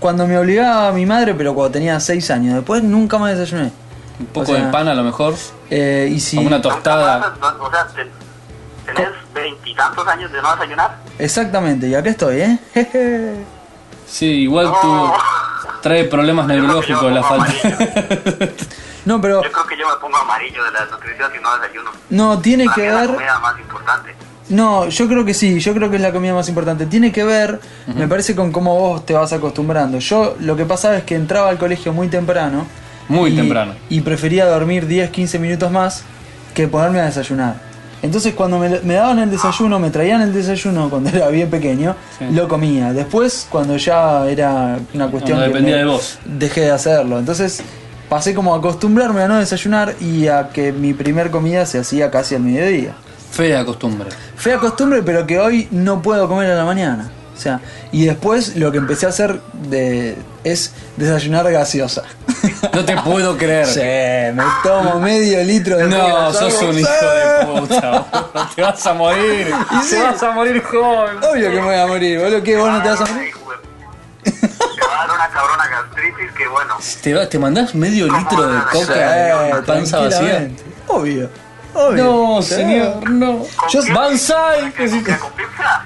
cuando me obligaba a mi madre, pero cuando tenía 6 años. Después nunca más desayuné.
Un poco
O sea,
de pan a lo mejor.
Eh, y si...
Como una
Nunca
tostada.
más, no- O sea, te- tenés veintitantos años de no desayunar.
Exactamente, y acá estoy, ¿eh? Jeje.
Sí, igual tú
No.
trae problemas neurológicos la falta.
No, pero
Yo creo que yo me pongo amarillo de la desnutrición si no desayuno.
no, tiene
Para
que
mí es la
ver...
comida más importante.
No, yo creo que sí, yo creo que es la comida más importante. Tiene que ver, me parece, con cómo vos te vas acostumbrando. Yo lo que pasaba es que entraba al colegio muy temprano.
Muy
y-
temprano.
Y prefería dormir 10, 15 minutos más que ponerme a desayunar. Entonces cuando me, me daban el desayuno, me traían el desayuno cuando era bien pequeño,
Sí.
lo comía. Después, cuando ya era una cuestión...
Cuando
que
dependía
me-
de vos.
Dejé de hacerlo. Entonces pasé como a acostumbrarme a no desayunar y a que mi primer comida se hacía casi al mediodía.
Fea costumbre.
Fea costumbre, pero que hoy no puedo comer a la mañana. O sea, y después lo que empecé a hacer de, es desayunar gaseosa.
No te puedo creer.
Sí, me tomo medio litro de
No,
gaseosa.
sos un hijo de puta. boludo. Te vas a morir.
Y sí.
Te vas a morir joven.
Obvio que me voy a morir, boludo, que vos no te vas a
Ay,
morir.
Ah, güey. Te va a dar una cabrona gastritis que bueno.
¿Te, va- te mandás medio litro de coca
Ah, Sí,
en panza vacía?
tranquilamente. Obvio, obvio.
No,
Sí.
señor, no.
Yo-
Banzai, que
¿Con,
si-
qué? ¿Con pizza?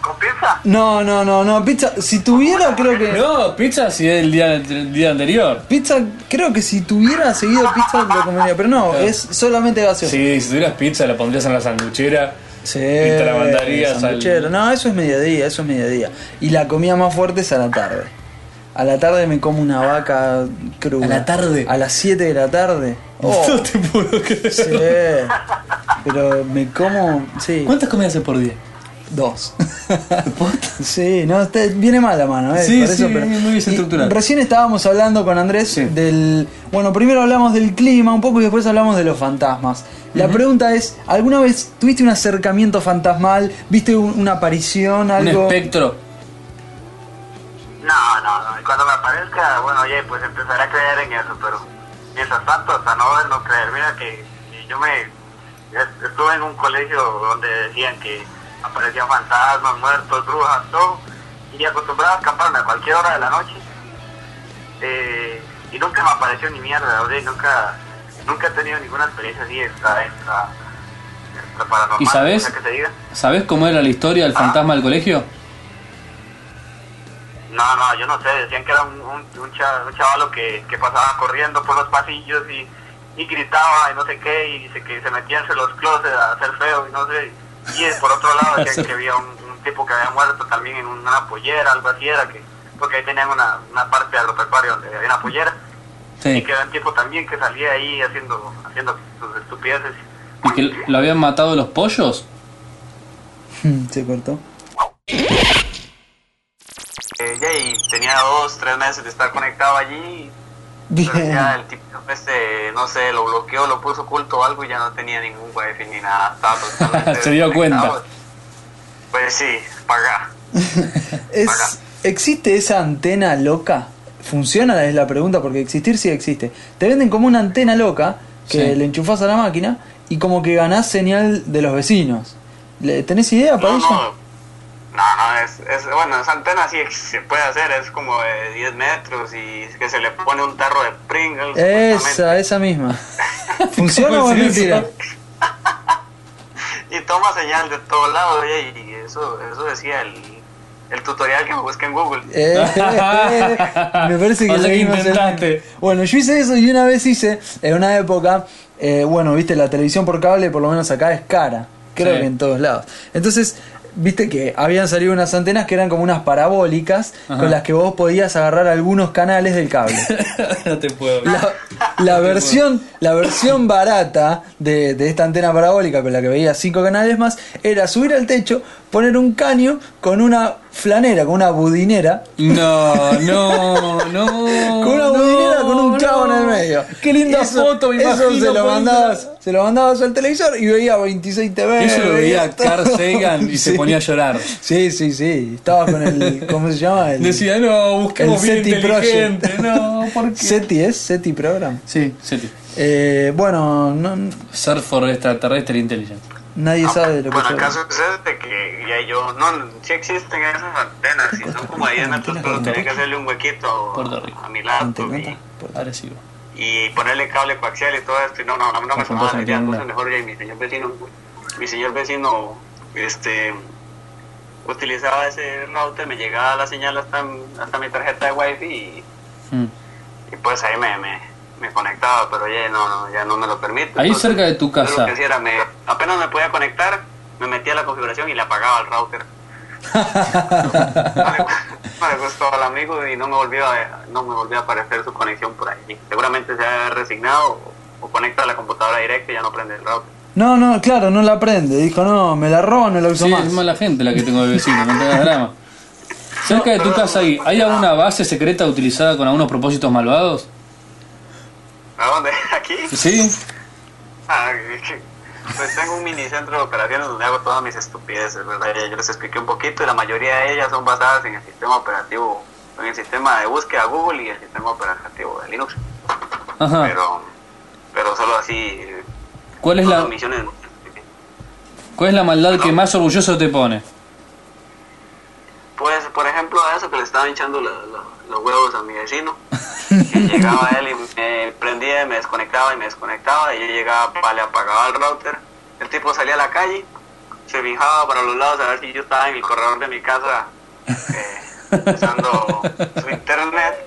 ¿Con pizza?
No, no, no, no, pizza, si tuviera creo que...
No, pizza si es el día, el día anterior.
Pizza, creo que si tuviera seguido pizza lo comería, pero no, es solamente gaseosa.
Sí, si tuvieras pizza la pondrías en la sanduchera.
Sí,
Y te la mandarías
sanduchero.
al-
No, eso es mediodía, eso es mediodía. Y la comida más fuerte es a la tarde. A la tarde me como una vaca cruda.
¿A la tarde?
A las 7 de la tarde. Oh,
No te puedo creer.
sí. Pero me como, sí,
¿Cuántas comidas haces por día?
dos. sí, no, está- viene mal la mano, ¿eh?
Sí,
Por eso,
sí,
pero-
muy desestructural.
y Recién estábamos hablando con Andrés
Sí.
del. Bueno, primero hablamos del clima un poco y después hablamos de los fantasmas. La pregunta es: ¿alguna vez tuviste un acercamiento fantasmal? ¿Viste un- una aparición?
Un
Algo.
espectro.
No, no, no. Cuando me aparezca, bueno, ya pues empezaré a creer en eso, pero mientras tanto, hasta no ver, no creer. Mira que que yo me est- estuve en un colegio donde decían que aparecían fantasmas, muertos, brujas, todo, y acostumbraba a escaparme a cualquier hora de la noche. Eh, y nunca me apareció ni mierda, o sea, nunca nunca he tenido ninguna experiencia así extra, extra, extra paranormal.
¿Y sabes?
o sea, que te diga.
¿Sabés cómo era la historia del fantasma del colegio?
No, no, yo no sé, decían que era un, un, un, cha- un chavalo que, que pasaba corriendo por los pasillos y, y gritaba y no sé qué, y se, que se metía entre los closets a hacer feo y no sé. Y eh, por otro lado decían que había un, un tipo que había muerto también en una pollera, algo así era, que, porque ahí tenían una, una parte agropecuaria donde había una pollera. Y
Sí.
que era un tipo también que salía ahí haciendo, haciendo sus estupideces.
¿Y que lo habían matado los pollos?
Hmm, Se cortó.
Eh, ya, y tenía dos, tres meses de estar conectado allí.
Bien.
Pero ya el tipo este, no sé, lo bloqueó, lo puso oculto o algo y ya no tenía ningún wifi ni nada. Estaba totalmente
Se dio
desconectado.
cuenta.
Pues sí, paga.
Es, ¿Existe esa antena loca? ¿Funciona? Es la pregunta, porque existir sí existe. Te venden como una antena loca que
Sí.
le enchufás a la máquina y como que ganás señal de los vecinos. ¿Le- ¿Tenés idea para
No,
Ah, eso?
no. No, no, es, es, bueno, esa antena sí se puede hacer, es como de 10 metros y que se le pone un tarro de Pringles.
Esa, esa misma. ¿Funciona o es
¿Cómo es eso?
mentira?
y toma señal de todos lados oye, y eso eso decía el, el tutorial que me busqué en Google
Eh, me parece que,
O sea que
leímos el-
intentaste.
Bueno, yo hice eso y una vez hice, en una época, eh, bueno, viste, la televisión por cable, por lo menos acá es cara. Creo
Sí.
que en todos lados. Entonces, viste que habían salido unas antenas que eran como unas parabólicas con las que vos podías agarrar algunos canales del cable.
no te puedo.
La, la versión, la versión barata de, de esta antena parabólica con la que veía cinco canales más era subir al techo, poner un caño con una flanera, con una budinera,
No, no, no.
con una budinera con un chavo en el medio.
Qué linda foto, me
Eso
imagino,
se lo,
por
mandabas,
Instagram.
se lo mandabas al televisor y veía 26 TV.
Eso lo veía
todo.
Carl Sagan y se
Sí.
ponía a llorar.
Sí, sí, sí. Estaba con el. ¿Cómo se llama? El
Decía, no, busquemos
El
bien
SETI
inteligente. No, ¿por qué?
SETI es, SETI Program.
Sí, SETI.
Eh, bueno, no-
Surf for Extraterrestre Intelligence.
nadie sabe de lo que
bueno,
yo-
el caso es este que ya yo, no, sí existen esas antenas, si son como 10 metros, pero tenía que hacerle un
Puerto
huequito
Rico.
a mi
¿Te
laptop
cuenta?
y,
Agresivo.
y ponerle cable coaxial y todo esto, y no, no, no, no me
Las puntas
sonaba, ya,
entienden.
entonces mejor ya, y mi señor vecino, mi señor vecino, este, utilizaba ese router, me llegaba la señal hasta, hasta mi tarjeta de wifi y
Mm.
y pues ahí me, me, me conectaba, pero ya no, no, ya no me lo permite.
Ahí cerca de tu
yo lo
casa.
que hacía era me- apenas me podía conectar, me metía a la configuración y le apagaba al router. No le, no le gustó al amigo y no me volvió a, no me volvió a aparecer su conexión por ahí. Seguramente se ha resignado o, o conecta a la computadora directa y ya no prende el router.
No, no, claro, no la aprende. Dijo, no, me la roban, no la uso
Sí,
más.
es mala gente la que tengo de vecino, no tengas drama. Cerca de tu casa ahí, ¿hay alguna base secreta utilizada con algunos propósitos malvados?
¿A dónde? ¿Aquí?
Sí.
Ah, Pues tengo un mini centro de operaciones donde hago todas mis estupideces, ¿verdad? Ya Yo les expliqué un poquito y la mayoría de ellas son basadas en el sistema operativo, en el sistema de búsqueda Google y el sistema operativo de Linux.
Ajá.
Pero, pero solo así,
Ah. ¿Cuál es
son
la,
misiones.
cuál es la maldad que más orgulloso te pone?
Pues, por ejemplo, a eso que le estaba hinchando la- la- los huevos a mi vecino, que llegaba él y me prendía y me desconectaba y me desconectaba, y yo llegaba, pa, le apagaba el router, el tipo salía a la calle, se fijaba para los lados a ver si yo estaba en el corredor de mi casa eh, usando su internet,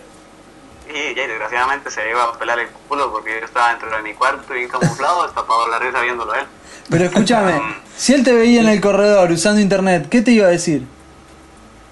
y ya, desgraciadamente se iba a pelar el culo porque yo estaba dentro de mi cuarto bien camuflado, destapado la risa viéndolo a él.
Pero escúchame, si él te veía en el corredor usando internet, ¿qué te iba a decir?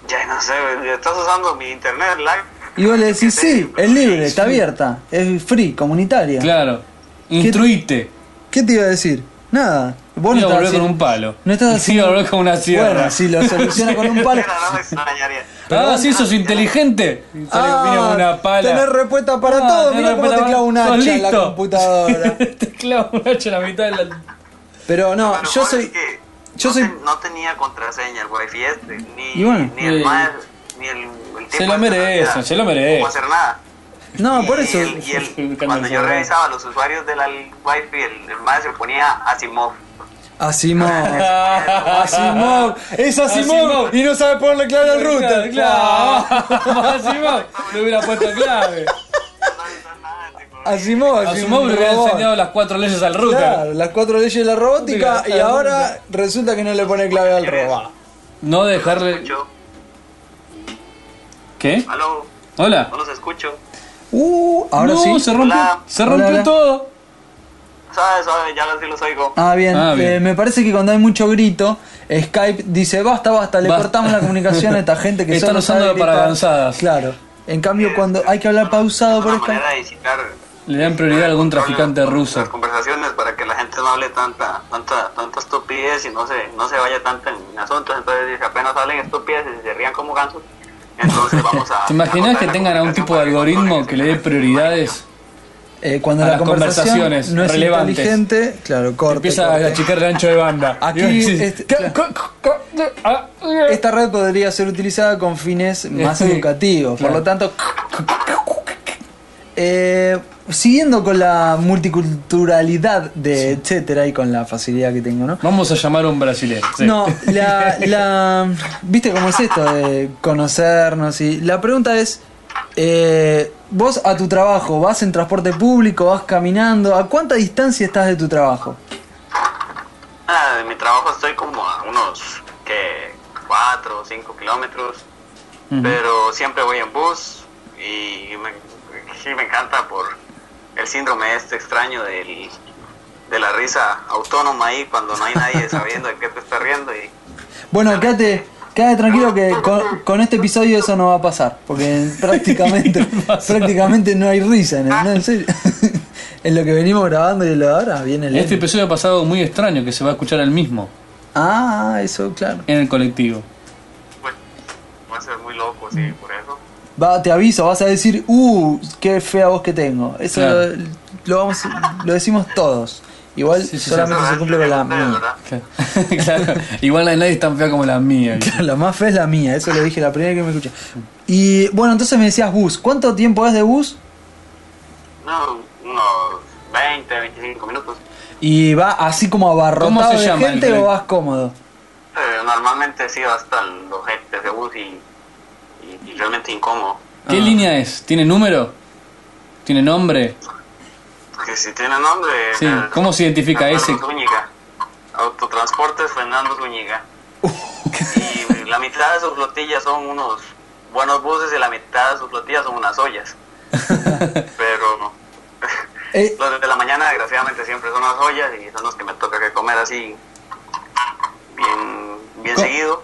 Ya no sé, estás usando mi internet, like.
Y vos le decís, sí, es libre, está abierta, es free, comunitaria.
Claro. Instruite.
¿Qué te iba a decir? Nada. Vos
Voy a
estás
volver con
haciendo-
un palo.
No estás
Y sí,
haciendo...
volver con una sierra.
Bueno, si lo soluciona con un palo...
Mira, no me extrañaría.
ah, sí, sos inteligente. Y sale- vino con una pala.
Tener respuesta Ah, para
Ah,
todo,
tenés
mira cómo
respuesta
te
para-
clava un
sos
hacha en la
listo.
computadora.
te clavo un hacha en la mitad de la.
Pero no,
Lo mejor
yo
es
soy...
que
yo
no,
soy-
ten- no tenía contraseña el wifi este, ni,
Y bueno,
ni el
eh,
más, ni el, el tipo
lo
este
merecen,
no
se lo merecen.
merecen. No hacer nada.
No,
Y
por eso...
el- y el-
Estoy buscando
cuando
el
yo
celular.
revisaba los usuarios del wifi, el, el más se ponía Asimov.
Asimov. Asimov. Es Asimov.
Asimov.
Y no sabe ponerle clave al router.
Claro, Asimov. Le hubiera puesto clave.
No hizo nada, tipo,
Asimov,
Asimov le
un
había
robot.
enseñado las cuatro leyes al router.
Claro, las cuatro leyes de la robótica
Sí,
y
la-
ahora resulta que no le pone clave al robot.
No dejarle.
Escucho.
¿Qué?
Aló,
Hola.
no los escucho.
Uh, ahora
no,
sí.
se rompió,
Hola.
se rompió
Hola, hola.
todo.
Sabe, sabe, ya ahora sí los oigo.
Ah, bien.
Ah, bien.
Eh, me parece que cuando hay mucho grito, Skype dice, basta, basta, le
Basta.
cortamos la comunicación a esta gente que
Están
solo sabe
usándola para
gritar".
avanzadas.
Claro. En cambio, cuando hay que hablar pausado
Es
por
una
Skype...
manera de disitar
Le dan prioridad a algún traficante
las-
ruso.
Las conversaciones para que la gente no hable tanta, tanta, tanta estupidez y no se, no se vaya tanto en asuntos. Entonces, dice, apenas hablen estupideces y se rían como gansos, entonces vamos a.
¿Te imaginas
a
que
cortar la
tengan a un
comunicación
tipo de
para
algoritmo
controlen
que le dé
ese-
prioridades?
Eh, cuando
A
la
las
conversación
conversaciones
no es
relevantes.
inteligente, claro, corte.
Empieza
corte.
a achicar el ancho de banda.
Aquí,
Y vos decís,
este,
¿qué?
claro. Este,
¿Qué? ¿Qué? ¿Qué? Ah, eh.
Esta red podría ser utilizada con fines más
Sí,
educativos,
claro.
por lo tanto... eh, siguiendo con la multiculturalidad de etcétera y con la facilidad que tengo, ¿no?
Vamos a llamar a un brasileño. sí.
No, la, la- ¿Viste cómo es esto de conocernos? Y la pregunta es: eh, ¿vos a tu trabajo vas en transporte público, vas caminando? ¿A cuánta distancia estás de tu trabajo?
Ah, de mi trabajo estoy como a unos que 4 o 5 kilómetros, pero siempre voy en bus y me, sí me encanta por el síndrome este extraño del, de la risa autónoma ahí cuando no hay nadie sabiendo de qué te está riendo y
Bueno, quédate, quédate tranquilo que con, con este episodio eso no va a pasar, porque prácticamente, prácticamente no hay risa
Ah.
en, el, no, en serio. En lo que venimos grabando y lo de ahora viene el.
Este episodio ha pasado muy extraño que se va a escuchar al mismo
Ah, eso, claro.
en el colectivo.
pues va a ser muy loco,
Mm.
sí, por eso.
Va, te aviso, vas a decir, uh, qué fea voz que tengo. Eso
Claro.
lo, lo vamos, lo decimos todos. Igual
Sí, sí, sí.
solamente Ah, se cumple con la mm. mía.
¿verdad?
claro. Igual la de nadie es tan fea como la mía. ¿viste?
La más fea es la mía, eso lo dije la primera vez que me escuché. Y bueno, entonces me decías bus. ¿Cuánto tiempo es de bus?
No, unos 20, 25 minutos.
¿Y va así como abarrotado
¿Cómo se
de
llama el
gente o
colectivo?
vas cómodo?
Eh, normalmente sí hasta los jefes de bus y- y- y realmente incómodo.
¿Qué línea es? ¿Tiene número? ¿Tiene nombre?
Porque si tiene nombre.
Sí,
eh,
¿cómo se identifica
Fernando
ese?
Zúñiga. Autotransportes Fernando Zúñiga. y la mitad de sus flotillas son unos buenos buses y la mitad de sus flotillas son unas ollas. Pero
Eh,
los de la mañana, desgraciadamente, siempre son las ollas y son los que me toca que comer así bien, bien
Co-
seguido.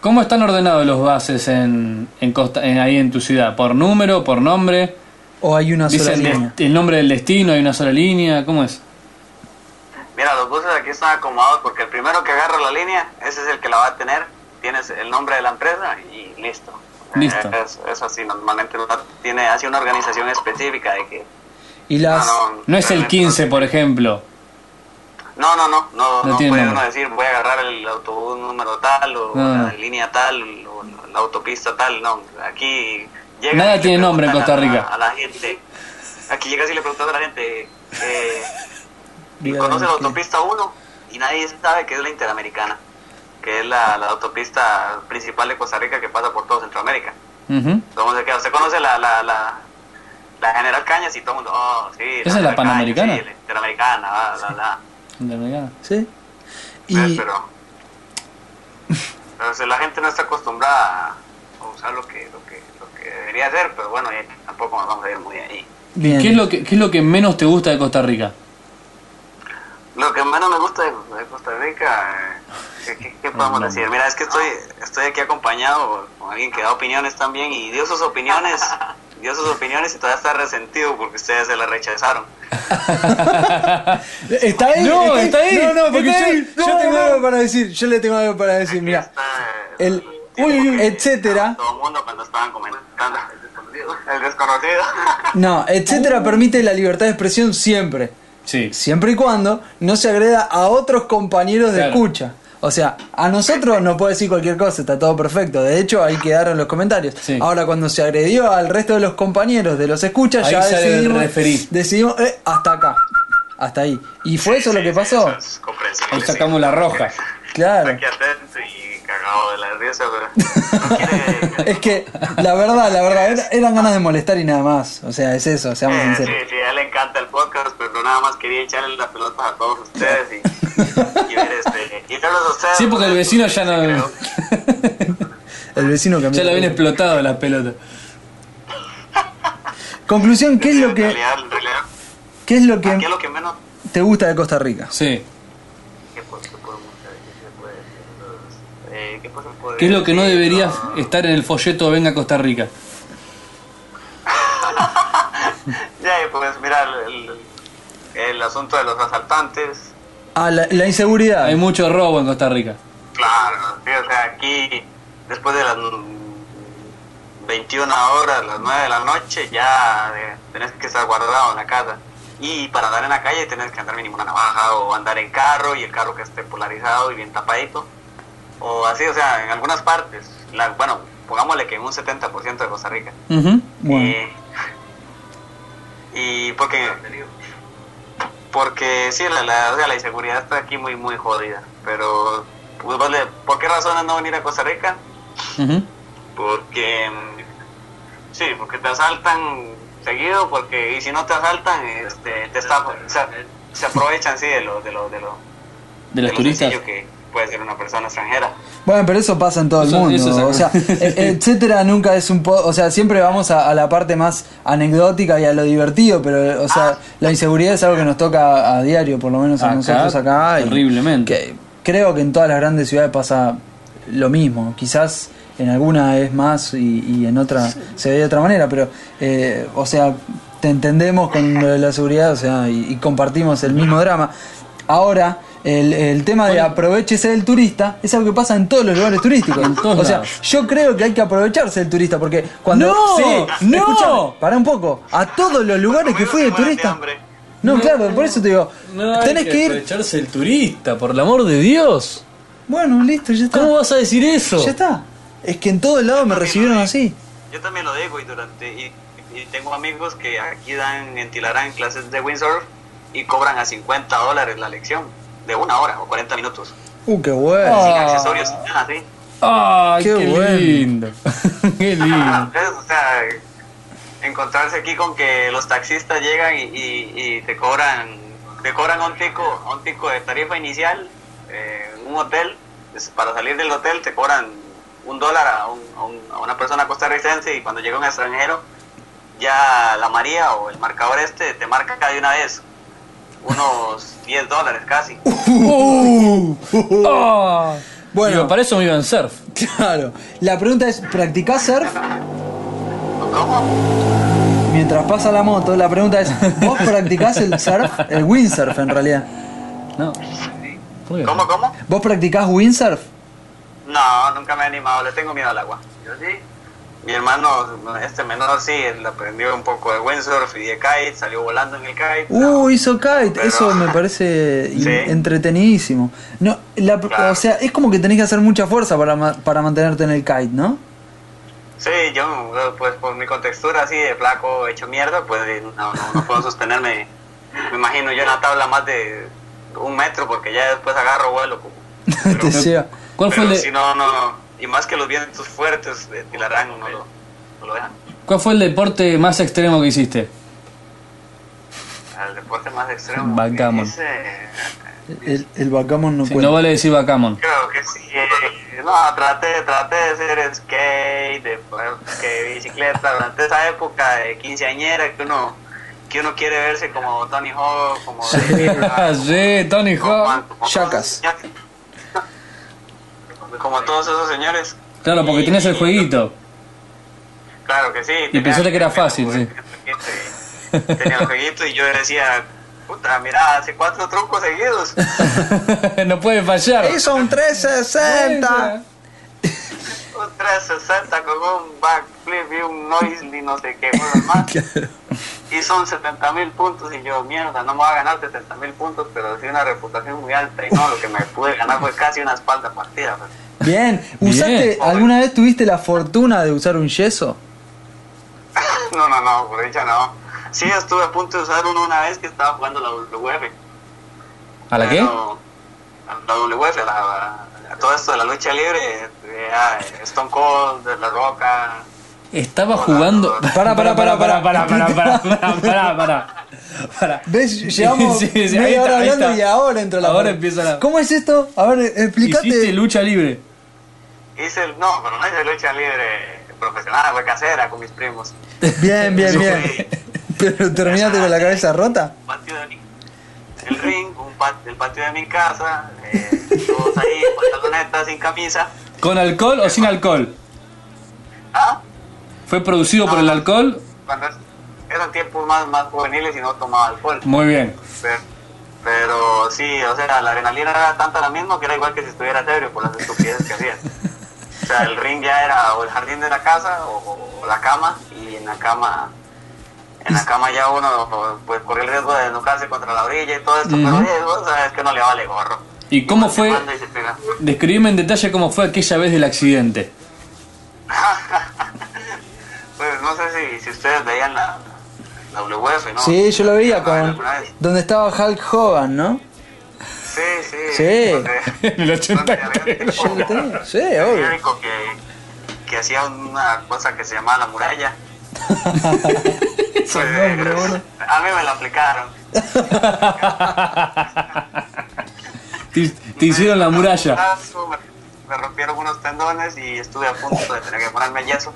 ¿Cómo están ordenados los bases en, en costa, en- ahí en tu ciudad? ¿Por número? ¿Por nombre?
¿O hay una sola
¿Dicen
línea?
des- el nombre del destino? ¿Hay una sola línea? ¿Cómo es?
Mira, los buses aquí están acomodados porque el primero que agarra la línea, ese es el que la va a tener. Tienes el nombre de la empresa y listo.
Listo.
Eh, Es, es así, normalmente no tiene así una organización específica de que...
Y las...
No es el 15, por ejemplo.
No, no, no, no,
No
no,
tiene nombre.
puede
Ah.
uno decir voy a agarrar el autobús número tal o
No.
la línea tal o la autopista tal, no. Aquí llega...
Nada
y le
tiene nombre en
preguntan
Costa
a-
Rica.
A, la gente. Aquí llegas y le preguntas a la gente... Eh,
dígame,
conoce la
¿qué?
autopista 1 y nadie sabe que es la Interamericana, que es la, la autopista principal de Costa Rica que pasa por todo Centroamérica.
Ujú.
Entonces, ¿qué? ¿Usted conoce la, la, la, la General Cañas y todo el mundo? Oh, sí.
¿Esa es la
General Cañas,
Panamericana?
sí, la Interamericana, ah, la, la.
Intermediada.
¿Sí?
¿Ves?
Y...
Pero, pero si la gente no está acostumbrada a usar lo que, lo que, lo que debería hacer, pero bueno, eh, tampoco nos vamos a ir muy ahí.
Bien.
¿Qué es, lo que, ¿Qué es lo que menos te gusta de Costa Rica?
Lo que menos me gusta de, de Costa Rica, eh, ¿qué, qué- qué podemos decir? Mira, es que estoy, estoy aquí acompañado con alguien que da opiniones también y dio sus opiniones, dio sus opiniones y todavía está resentido porque ustedes se la rechazaron.
¿Está ahí?
No, está ahí,
No, no, porque
está
yo,
ahí.
yo
No,
tengo
no.
algo para decir. Yo le tengo algo para decir, mira.
Está, eh,
El-
tipo
uy, uy,
que
etcétera.
Todo el mundo cuando estaban comentando el desconocido. El desconocido.
No, etcétera permite la libertad de expresión siempre.
Sí.
Siempre y cuando no se agreda a otros compañeros de
Claro.
escucha. O sea, a nosotros nos puede decir cualquier cosa, está todo perfecto. De hecho, ahí quedaron los comentarios.
Sí.
Ahora, cuando se agredió al resto de los compañeros de los escuchas,
Ahí
ya
sale el
decidimos,
referí.
decidimos eh, hasta acá, hasta ahí. Y fue eso lo que pasó.
Eso es comprensible,
Ahí
sí.
sacamos la roja.
Claro.
Aquí atento y cagado de la risa, pero no quiere...
Es que, la verdad, la verdad, era- eran ganas de molestar y nada más. O sea, es eso, seamos
Eh,
sinceros.
Sí, sí, él le encanta el podcast, pero nada más quería echarle las pelotas a todos ustedes y, y ver este. Y verlos a ustedes.
Sí, porque el vecino ya
Creo.
no.
El vecino cambió.
ya lo habían explotado la pelota.
Conclusión, ¿qué es lo
En
que,
realidad, en realidad,
qué es lo que
¿qué es lo que menos
te gusta de Costa Rica?
Sí.
¿Qué pues, qué podemos hacer? ¿Qué se puede decir? Entonces, eh, ¿Qué pues, se puede
¿Qué es lo que no
decir?
debería
No,
estar en el folleto Venga Costa Rica?
Ya, y pues mira, el, el- el asunto de los asaltantes.
Ah, la, la inseguridad.
Hay mucho robo en Costa Rica.
Claro, sí, o sea, aquí después de las mm, 21 horas, las 9 de la noche, ya eh, tenés que estar guardado en la casa. Y para andar en la calle tenés que andar mínimo una navaja o andar en carro y el carro que esté polarizado y bien tapadito. O así, o sea, en algunas partes. La- bueno, pongámosle que en un 70% de Costa Rica.
Ujú.
Bueno,
Eh, y porque porque sí la, la, o sea, la inseguridad está aquí muy muy jodida pero pues, vale, ¿por qué razones no venir a Costa Rica?
Ujú.
porque mm, sí porque te asaltan seguido porque y si no te asaltan este te estafan o sea, se aprovechan sí de lo de lo de lo
De los
lo
turistas.
sencillo que puede ser una persona extranjera
Bueno, pero eso pasa en todo
Eso-
el mundo.
eso es-
o sea, e- etcétera nunca es un po o sea, siempre vamos a, a la parte más anecdótica y a lo divertido, pero o
Ah.
sea, la inseguridad es algo que nos toca a diario, por lo menos a
Acá,
nosotros acá. y
terriblemente.
que creo que en todas las grandes ciudades pasa lo mismo. Quizás en alguna es más y, y en otra se ve de otra manera, pero eh, o sea, te entendemos con lo de la seguridad, o sea, y, y compartimos el mismo drama. Ahora, el, el tema de aprovechese del turista es algo que pasa en todos los lugares turísticos.
todos
o sea,
lados.
yo creo que hay que aprovecharse del turista porque cuando
¡No!
Sí,
¡No!
escuchame, pará un poco. A todos los lugares que
Conmigo
fui
se
de
mueren de
turista.
hambre.
no, claro, por eso te digo,
No hay
tenés que ir
aprovecharse el turista, por el amor de Dios.
bueno, listo, ya está.
¿Cómo vas a decir eso?
Ya está. Es que en todo el lado me recibieron así.
Yo también lo digo y durante y, y tengo amigos que aquí dan en Tilarán clases de windsurf y cobran a 50 dólares la lección de una hora o 40 minutos
Uh, qué bueno.
sin accesorios sin nada así.
¡Ay, qué,
Qué bueno.
lindo! ¡Qué lindo!
Entonces, Pues, o sea, encontrarse aquí con que los taxistas llegan y, y- y te cobran te cobran un tico un tico de tarifa inicial eh, un hotel es- para salir del hotel te cobran un dólar a, un- a un- a una persona costarricense y cuando llega un extranjero ya la María o el marcador este te marca de una vez unos 10 dólares casi
Ah.
Uh. Bueno.
Digo, para eso me iban surf.
Claro. La pregunta es, ¿practicás surf?
¿Cómo?
Mientras pasa la moto, la pregunta es, ¿vos practicás el surf? El windsurf en realidad.
No. ¿Por qué?
¿Cómo, cómo?
¿Vos practicás windsurf?
No, nunca me he animado, le tengo miedo al agua. ¿Yo sí? Mi hermano, este menor sí, él aprendió un poco de windsurf y de kite, salió volando en el kite.
Uh, hizo kite.
Pero-
Eso me parece in-
Sí.
entretenidísimo. No, la-
Claro.
O sea, es como que tenés que hacer mucha fuerza para, ma- para mantenerte en el kite, ¿no?
Sí, yo, pues por mi contextura así de flaco, hecho mierda, pues no, no, no puedo sostenerme. Me imagino yo en la tabla más de un metro, porque ya después agarro vuelo. como-
Te lleva.
¿Cuál fue, el
Pero
de-
si no, no. Y más que los vientos fuertes de Tilarán no lo, no lo dejan.
cuál fue el deporte más extremo que hiciste?
Al deporte más extremo.
Backgammon.
Ese-
El, el backgammon no
Si
cuenta.
no vale decir backgammon.
Creo que sí. eh, No, traté, traté de ser skate, de, que bicicleta, durante esa época de quinceañera que uno, que uno quiere verse como Tony Hawk, como David Brown,
sí, Tony Hawk.
como- como-
Chacas.
Como todos esos señores.
Claro, porque
Y-
tenés el jueguito.
Claro que sí.
Y pensaste que era fácil,
tenía el jueguito, Tenía el jueguito y yo decía, puta, mira, hace cuatro trucos seguidos.
no puede fallar.
Hizo un 360.
Un 360 con un backflip y un noise y no sé qué bueno, más. Y son 70 mil puntos y yo, mierda, no me voy a ganar 70 mil puntos, pero sí una reputación muy alta. Y no, lo que me pude ganar fue casi una espalda partida. pues.
Bien. ¿Usaste,
Bien.
alguna vez tuviste la fortuna de usar un yeso?
No, no, no, por dicha no. Sí, estuve a punto de usar uno una vez que estaba jugando la WF.
¿A la qué?
pero- a La WF, a, la- a todo esto de la lucha libre, eh, a Stone Cold, de La Roca.
Estaba jugando.
Para, para, para, para,
para, para, para, para, para, para.
Para.
¿Ves? Llevamos
Sí, sí, sí, ahí
media hora
está, ahí
hablando
está.
y ahora entra la
Ahora
parte.
empieza la-
¿Cómo es esto? A ver,
Hiciste
explícate.
lucha libre.
Hice el, no, pero no hice lucha libre profesional, fue casera con mis primos.
Bien, bien,
Eso
bien. Pero terminaste con la cabeza rota.
Patio de mi- el ring, un pa- el patio de mi casa, eh, todos ahí, pantalonetas, sin camisa.
¿Con alcohol o sin alcohol?
Ah,
¿Fue producido por el alcohol?
cuando es- eran tiempos más, más juveniles y no tomaba alcohol.
Muy bien.
Pero, pero sí, o sea, la adrenalina era tanta la misma que era igual que si estuviera ebrio por las estupideces que hacías. O sea, el ring ya era o el jardín de la casa o, o la cama y en la cama en la cama ya uno pues corría el riesgo de desnucarse contra la orilla y todo esto, pero
Ujú.
oye, vos sabes que no le vale gorro.
¿Y cómo
Se
fue?
manda y se pega.
Describime en detalle cómo fue aquella vez del accidente.
Pues no sé si, si ustedes veían la, la WF, ¿no? Ah,
Sí, yo lo veía con.
¿Alguna vez?
Donde estaba Hulk Hogan, ¿no?
Sí, sí.
Sí.
Donde-
En el 83.
Sí,
El
obvio.
único que, que hacía una cosa que se llamaba la muralla. Pues,
Esos nombres, boludo.
a mí me la aplicaron.
Te, te hicieron la
Me
muralla.
dieron un putazo, Me, me rompieron unos tendones y estuve a punto de tener que ponerme yeso.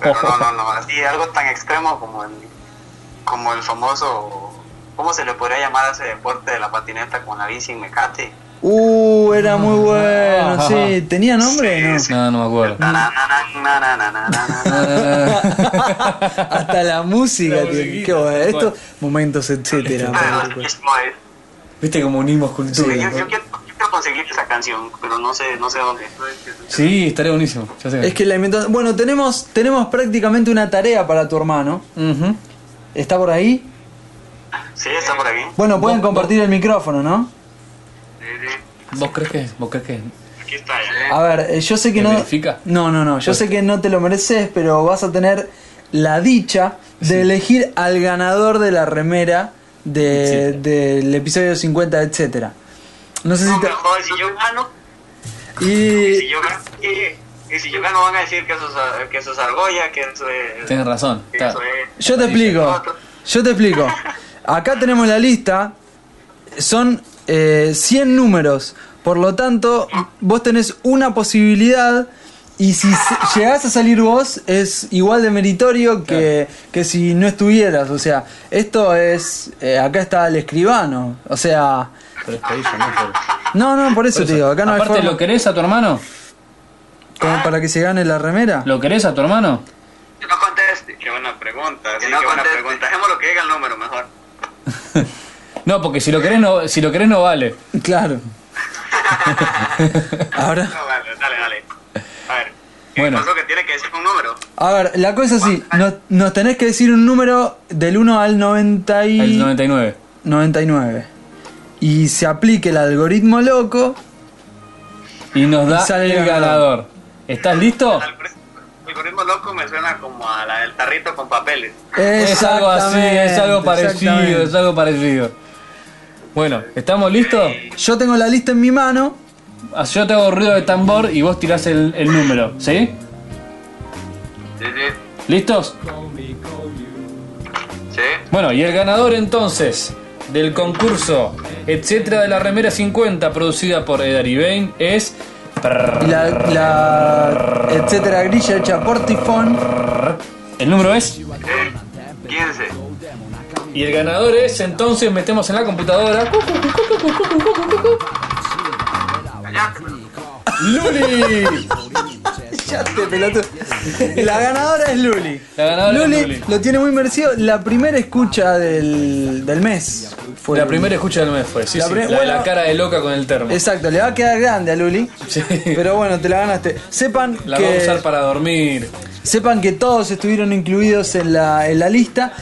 Pero no, no, no. Así algo tan extremo como el, como el famoso. ¿Cómo se le podría llamar a ese deporte de la patineta con la bici en mecate?
Uh, era muy bueno,
Ajá.
sí. ¿Tenía nombre? No.
No, no me acuerdo.
Hasta la música,
La
tiene.
musiquita,
Qué bueno.
tal
Estos
cual. Ah,
momentos, etcétera. película.
eh.
Viste cómo unimos
Sí, yo,
culturas.
yo
¿no?
quiero, yo quiero conseguir esa canción, pero no sé, no sé dónde.
Sí, estaría buenísimo. Ya sé.
Es que la inventó. Bueno, tenemos, tenemos prácticamente una tarea para tu hermano.
Ujú.
¿Está por ahí?
Sí, está por aquí.
Bueno, pueden compartir el micrófono, ¿no?
¿Vos crees que? ¿Vos crees que?
Aquí está ya.
A ver, eh, yo sé que
¿Me
no.
verifica? Pues.
No, no, no. Yo sé que no te lo mereces, pero vas a tener la dicha de elegir al ganador de la remera de- del episodio 50, etcétera. No sé si
Ah,
No,
te.
pero joder, si yo gano, y si
Y.
yo gano, y, y si yo gano van a decir que eso es, a- que eso es argolla, que eso es...
Tienes razón.
que
Está.
eso es-
Yo te explico. Yo te explico. Acá tenemos la lista. Son eh, 100 números. Por lo tanto, vos tenés una posibilidad. Y si se- llegás a salir vos, es igual de meritorio que, que si no estuvieras. O sea, esto es. eh, acá está el escribano. O sea.
Pero está ahí, yo no puedo.
No, no, por eso,
Por
te digo.
eso.
Acá no
Aparte,
hay forma.
¿lo querés a tu hermano?
Como para que se gane la remera.
¿Lo querés a tu hermano?
Que no conteste. Qué buena pregunta, sí, qué buena pregunta. Dejemos lo que diga el número mejor.
No, porque si lo querés no, si lo querés no vale.
Claro. Ahora.
No, vale, dale, dale. A ver, ¿qué
Bueno.
pasó que tiene que decir un número?
A ver, la cosa es así, nos, nos tenés que decir un número del 1 al 90 y-
El 99.
99. Y se aplique el algoritmo loco.
Y nos da
Y sale
el
el
ganador. ¿Estás listo?
El algori- algoritmo loco me suena como a la del tarrito con papeles.
Es algo así, es algo
Exactamente,
parecido, es
exactamente.
algo parecido. Bueno, ¿estamos listos?
Yo tengo la lista en mi mano.
Ah, Yo te hago ruido de tambor y vos tirás el, el número, ¿sí?
Sí, sí.
¿Listos?
Sí.
Bueno, y el ganador entonces del concurso, etcétera, de la remera 50 producida por Edary Bain es.
Y la, la etcétera grilla hecha por tifón.
El número es.
eh, 15.
Y el ganador es entonces, metemos en la computadora. ¡Luli!
Ya te pelotudo. La ganadora es Luli.
La ganadora es
Luli
Luli.
lo tiene muy merecido. La primera escucha del, del mes. Fue
La primera escucha del mes fue, sí,
La
sí,
pri-
la, de la
bueno.
cara de loca con el termo.
Exacto, le va a quedar grande a Luli.
Sí.
Pero bueno, te la ganaste. Sepan
La
que
va a usar para dormir.
sepan que todos estuvieron incluidos en la, en la lista.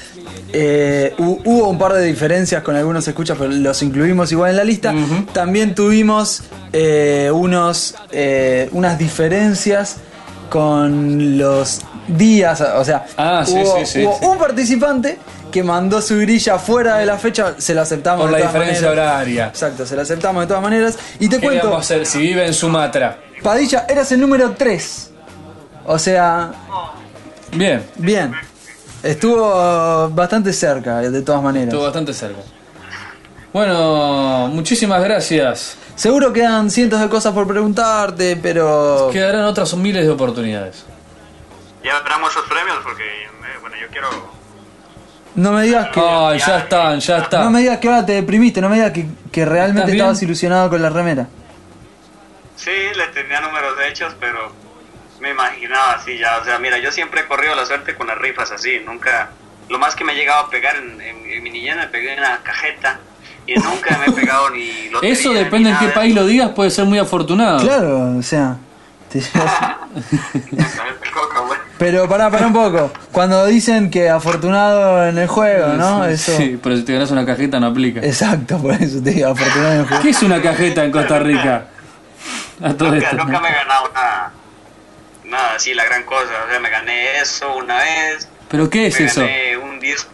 Eh, hu- hubo un par de diferencias con algunos escuchas, pero los incluimos igual en la lista. También tuvimos eh, unos, eh, unas diferencias con los días. O sea,
Ah, sí,
hubo,
sí, sí,
hubo
sí.
un participante que mandó su grilla fuera de la fecha. Se la aceptamos. de
Por la
todas
diferencia
maneras.
horaria.
Exacto, se la aceptamos de todas maneras. Y te
¿Qué le
cuento.
vamos a hacer si vive en Sumatra?
Padilla, eras el número 3. O sea,
Bien.
bien. Estuvo bastante cerca, de todas maneras.
Estuvo bastante cerca. Bueno, muchísimas gracias.
Seguro quedan cientos de cosas por preguntarte, pero.
Quedarán otras miles de oportunidades.
Ya habrá muchos premios porque, eh, bueno, yo quiero...
No me digas que.
Ay, ya están, ya
No
están.
me digas que ahora te deprimiste, no me digas que, que
¿Estás
realmente
bien?
estabas ilusionado con la remera.
Sí, les tenía números hechos, pero me imaginaba así ya. O sea, mira, yo siempre he corrido la suerte con las rifas así, nunca... Lo más que me he llegado a pegar en, en- en mi niñez me pegué en una cajeta y nunca me he pegado ni... lotería,
Eso
ni
depende en
nada
qué
de
país lo digas, puede ser muy afortunado.
Claro, o sea. te-
eso. Me pegó, cabrón.
pero pará, pará un poco. Cuando dicen que afortunado en el juego, ¿no? Eso.
Sí, pero si te ganas una cajeta no aplica.
Exacto, por eso te digo, afortunado en el juego.
¿Qué es una cajeta en Costa Rica? A todo
Nunca,
esto.
nunca me he ganado nada. Nada, así la gran cosa. O sea, me gané eso una vez.
¿Pero qué es
me
eso?
gané un disco.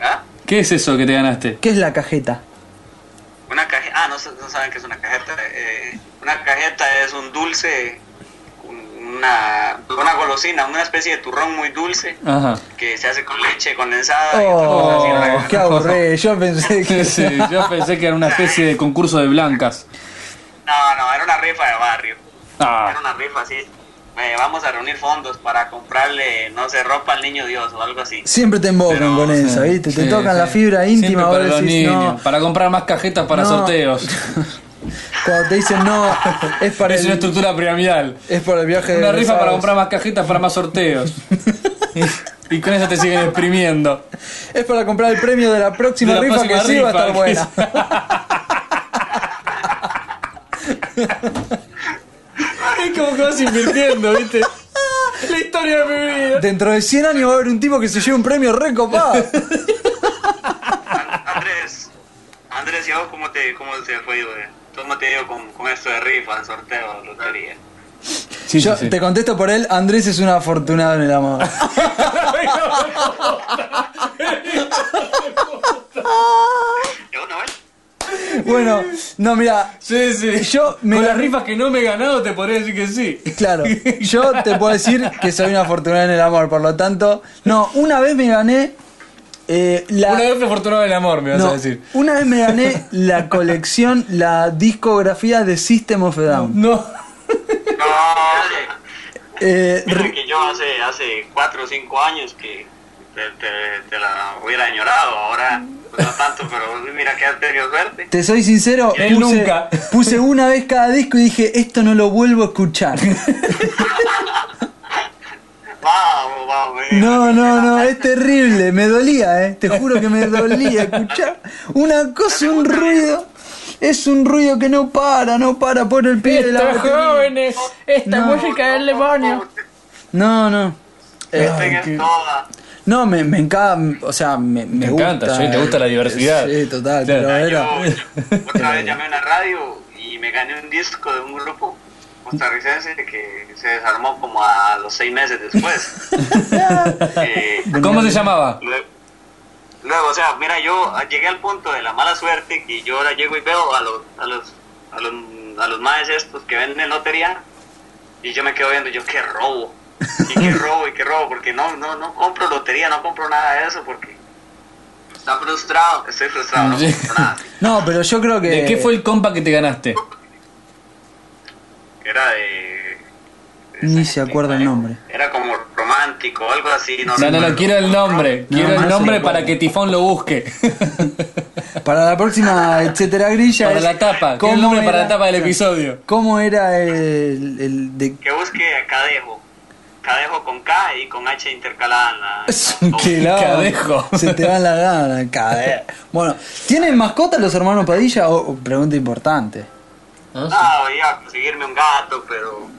¿Ah?
¿Qué es eso que te ganaste?
¿Qué es la cajeta?
Una cajeta. Ah, no, sa- no saben qué es una cajeta. eh, una cajeta es un dulce, un- una, una golosina, una especie de turrón muy dulce
Ajá.
que se hace con leche condensada. y otras cosas así, una
Oh,
cajeta.
qué aburrido. Yo pensé que.
Sí, yo pensé que era una especie de concurso de blancas.
No, no, era una rifa de barrio. Era
Ah,
una rifa así. eh, vamos a reunir fondos para comprarle, no sé, ropa al niño Dios o algo así.
Siempre te embocan
Pero,
con
sí,
eso, ¿viste? Te
sí,
tocan la
sí.
fibra
Siempre
íntima, vos
para los
decís,
niños,
no.
para comprar más cajetas para
No.
sorteos.
Cuando te dicen no, es para
es una
el,
estructura piramidal.
es para el viaje de
Una
los
rifa para
sábados.
comprar más cajetas para más sorteos. Y con eso te siguen exprimiendo.
Es para comprar el premio de la próxima
De la
rifa
próxima
que sí va a estar
rifa,
buena.
Es como que vas invirtiendo, ¿viste? La historia de mi vida.
Dentro de 100 años va a haber un tipo que se lleve un premio recopado.
An- Andrés, Andrés, ¿y a vos cómo te, cómo te fue yo, eh? ¿Cómo te dio con, con esto de rifas, sorteos, lotería?
Sí,
Yo te contesto por él, Andrés es un afortunado en el amor.
¿Yo no, eh?
Bueno, no, mira,
Sí, sí.
yo me
Con las
gané-
rifas que no me he ganado te podría decir que sí.
Claro, yo te puedo decir que soy un afortunado en el amor, por lo tanto, no, una vez me gané eh, la
Una vez fue afortunado del amor, me vas
no,
a decir.
una vez me gané la colección, la discografía de System of a Down.
No.
No,
Eh,
mira
re-
que yo hace, hace 4 o 5 años que te, te- te la hubiera añorado, ahora pues, no tanto, pero mira que has tenido suerte.
te soy sincero,
Él nunca.
puse una vez cada disco y dije, esto no lo vuelvo a escuchar.
Vamos, vamos. eh.
No, no, no, es terrible, me dolía, eh. Te juro que me dolía escuchar una cosa, un ruido. Es un ruido que no para, no para por el pie de la batería.
esta
No.
música del demonio.
No, no. Eh,
Esta es toda.
no, me, me encanta, o sea, me, me
Te
gusta. eh,
encanta, sí, te gusta la diversidad.
Sí, total,
Claro.
pero
Yo
era...
otra vez llamé a una radio y me gané un disco de un grupo costarricense que se desarmó como a los seis meses después. Eh,
¿Cómo se llamaba?
luego, luego, o sea, mira, yo llegué al punto de la mala suerte que yo ahora llego y veo a los, a los, a los, a los maes estos que venden lotería y yo me quedo viendo, yo qué robo, y qué robo, y qué robo, porque no, no, no compro lotería, no compro nada de eso porque... Está frustrado, estoy frustrado, no
Sí.
compro nada.
No, pero yo creo que...
¿De qué fue el compa que te ganaste?
era de... ¿eh?
Ni se acuerda el nombre.
Era como romántico, algo así. No,
No, no,
recuerdo.
no, quiero el nombre.
No,
Quiero
no
el
se
nombre
lo
para que Tifón lo busque.
Para la próxima, etcétera, grilla...
Para
es
la tapa. Quiero el
cómo
nombre para
era-
la tapa del episodio.
¿Cómo era el... el de...
Que busque a Cadejo. Cadejo con K y con H intercalada en la... en la-
Qué lado.
Cadejo.
Se te van la gana, cadejo. Bueno, ¿tienen mascota los hermanos Padilla? O- o pregunta importante.
No, iba Ah, a conseguirme un gato, pero...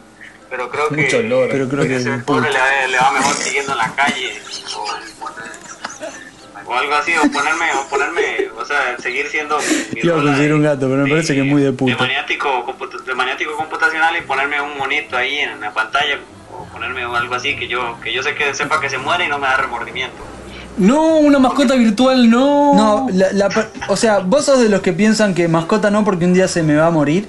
Pero creo que...
Mucho olor.
Pero creo que...
Ese pobre le, va- le va mejor siguiendo en la calle. O, o algo así, o ponerme, o ponerme, o sea, seguir siendo... mi
Iba a
rola
conseguir
de-
un gato, pero me parece que es muy de puta.
De maniático, computa- de maniático computacional y ponerme un monito ahí en la pantalla o ponerme algo así que yo que yo sé que sepa que se muere y no me da remordimiento.
No, una mascota virtual, no.
No, la, la per- o sea, vos sos de los que piensan que mascota no porque un día se me va a morir.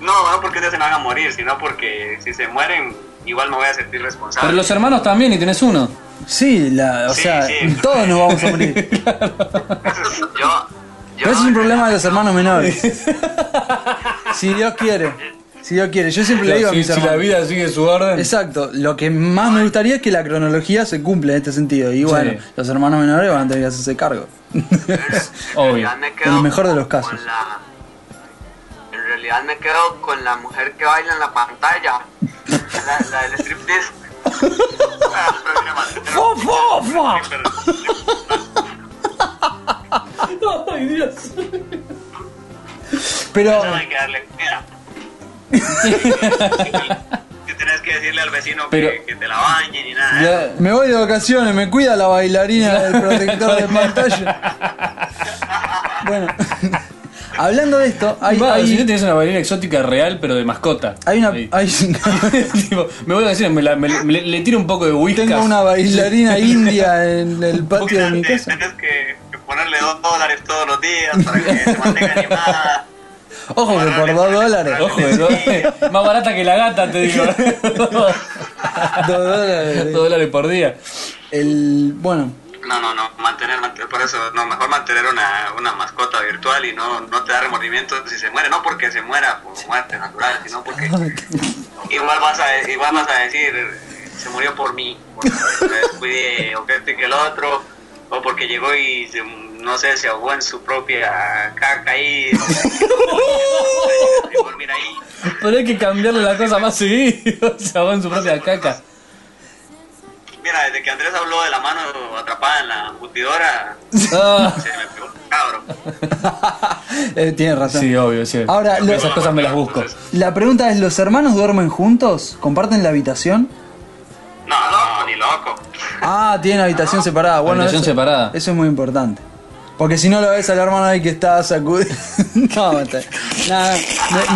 No, no porque ustedes se me van a morir, sino porque si se mueren, igual me voy a sentir responsable.
Pero los hermanos también, y tenés uno.
Sí, la, o
Sí,
sea,
sí.
todos nos vamos a morir.
yo, yo
Pero eso es un problema de los hermanos menores. Si Dios quiere. Si Dios quiere. Yo siempre le digo a
si,
mis
si la
hermanos.
vida sigue su orden.
Exacto, lo que más me gustaría es que la cronología se cumpla en este sentido. Y bueno,
Sí.
los hermanos menores van a tener que hacerse cargo.
Obvio.
realidad me quedo
El mejor de los
con
casos.
la- en realidad me quedo con la mujer que baila en la pantalla. La, la del striptease.
Ah,
¡Fo, fo, fo!
Ay, Dios.
Pero,
No hay que darle mira. que tenés que decirle al vecino
Pero-
que, que te la bañe ni nada. ¿eh?
me voy de vacaciones, me cuida la bailarina del protector de pantalla. Bueno, hablando de esto, hay,
Va,
hay-
Si no tenés una bailarina exótica real, pero de mascota.
hay una.
Ahí.
hay-
Tipo, me voy a decir, me la- me- le, le tiro un poco de whiskas.
tengo una bailarina india en el patio de mi
Te-
casa.
Tenés que, que ponerle dos dólares todos los días para que se mantenga animada.
Ojo que por dos dólares.
Ojo, ¿no? más barata que la gata, te digo.
Dos dólares.
Dos dólares por día.
El, bueno,
No, no, no, mantener, mantener, por eso, no, mejor mantener una, una mascota virtual y no, no te da remordimiento si se muere, no porque se muera por muerte natural, sino porque
Ah,
igual vas a, igual vas a decir, eh, se murió por mí, porque me descuidé, o que este y que el otro, o porque llegó y se- no sé, se ahogó en su propia caca ahí, y dormir ahí.
Pero hay que cambiarle la cosa más seguido. Se ahogó en su propia caca.
Mira, desde que Andrés habló de la mano atrapada en la embutidora,
Ah,
se me pegó un cabro.
eh, tienes razón.
sí, obvio, sí.
Ahora, lo-
esas cosas me las busco.
La pregunta es, ¿los hermanos duermen juntos? ¿Comparten la habitación?
No, no, ni loco.
Ah, tienen habitación separada. Bueno,
Habitación
eso,
separada.
Eso es muy importante. Porque si no lo ves al hermano ahí que está sacudido. No, está- nada,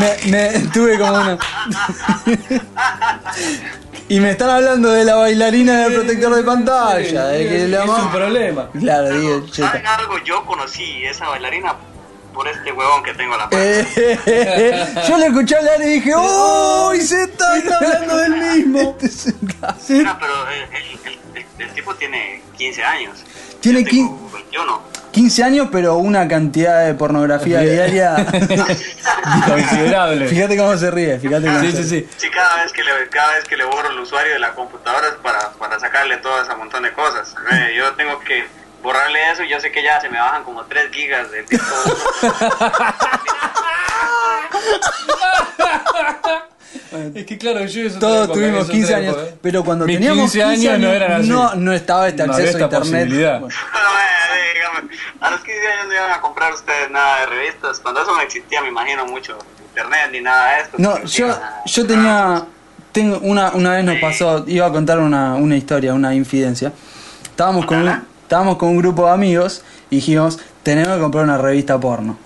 me, me- me tuve como una. y me están hablando de la bailarina del protector de pantalla. de que la
es
mamá-
un problema.
Claro, digo,
¿Saben
cheta.
algo? Yo conocí esa bailarina por este huevón que tengo a la parte.
Eh, eh, eh, Yo le escuché hablar y dije, ¡Uy! Se está, Este está hablando del mismo.
pero el, el- el- el tipo tiene 15 años.
Tiene
Yo tengo 21.
15 años, pero una cantidad de pornografía diaria.
Considerable.
Fíjate cómo se ríe, fíjate cómo
Sí,
se
sí,
ríe.
sí.
Ah, Sí, cada vez que le, cada vez que le borro el usuario de la computadora es para, para sacarle todo ese montón de cosas. Eh, yo tengo que borrarle eso y yo sé que ya se me bajan como 3 gigas de tipo.
Es que claro, yo eso ¿eh?
Todos tuvimos 15 años, pero cuando
Mis
teníamos
15 años no eran así.
no, no estaba este
No
acceso
había
a
esta
internet.
posibilidad.
Bueno,
Eh, dígame, a los 15 años no iban a comprar ustedes nada de revistas. Cuando eso no existía, me imagino mucho internet ni nada de esto.
no,
Pero
yo,
sí, nada.
yo tenía. Tengo una, una vez nos pasó, iba a contar una, una historia, una infidencia. Estábamos con, un, estábamos con un grupo de amigos y dijimos: Tenemos que comprar una revista porno.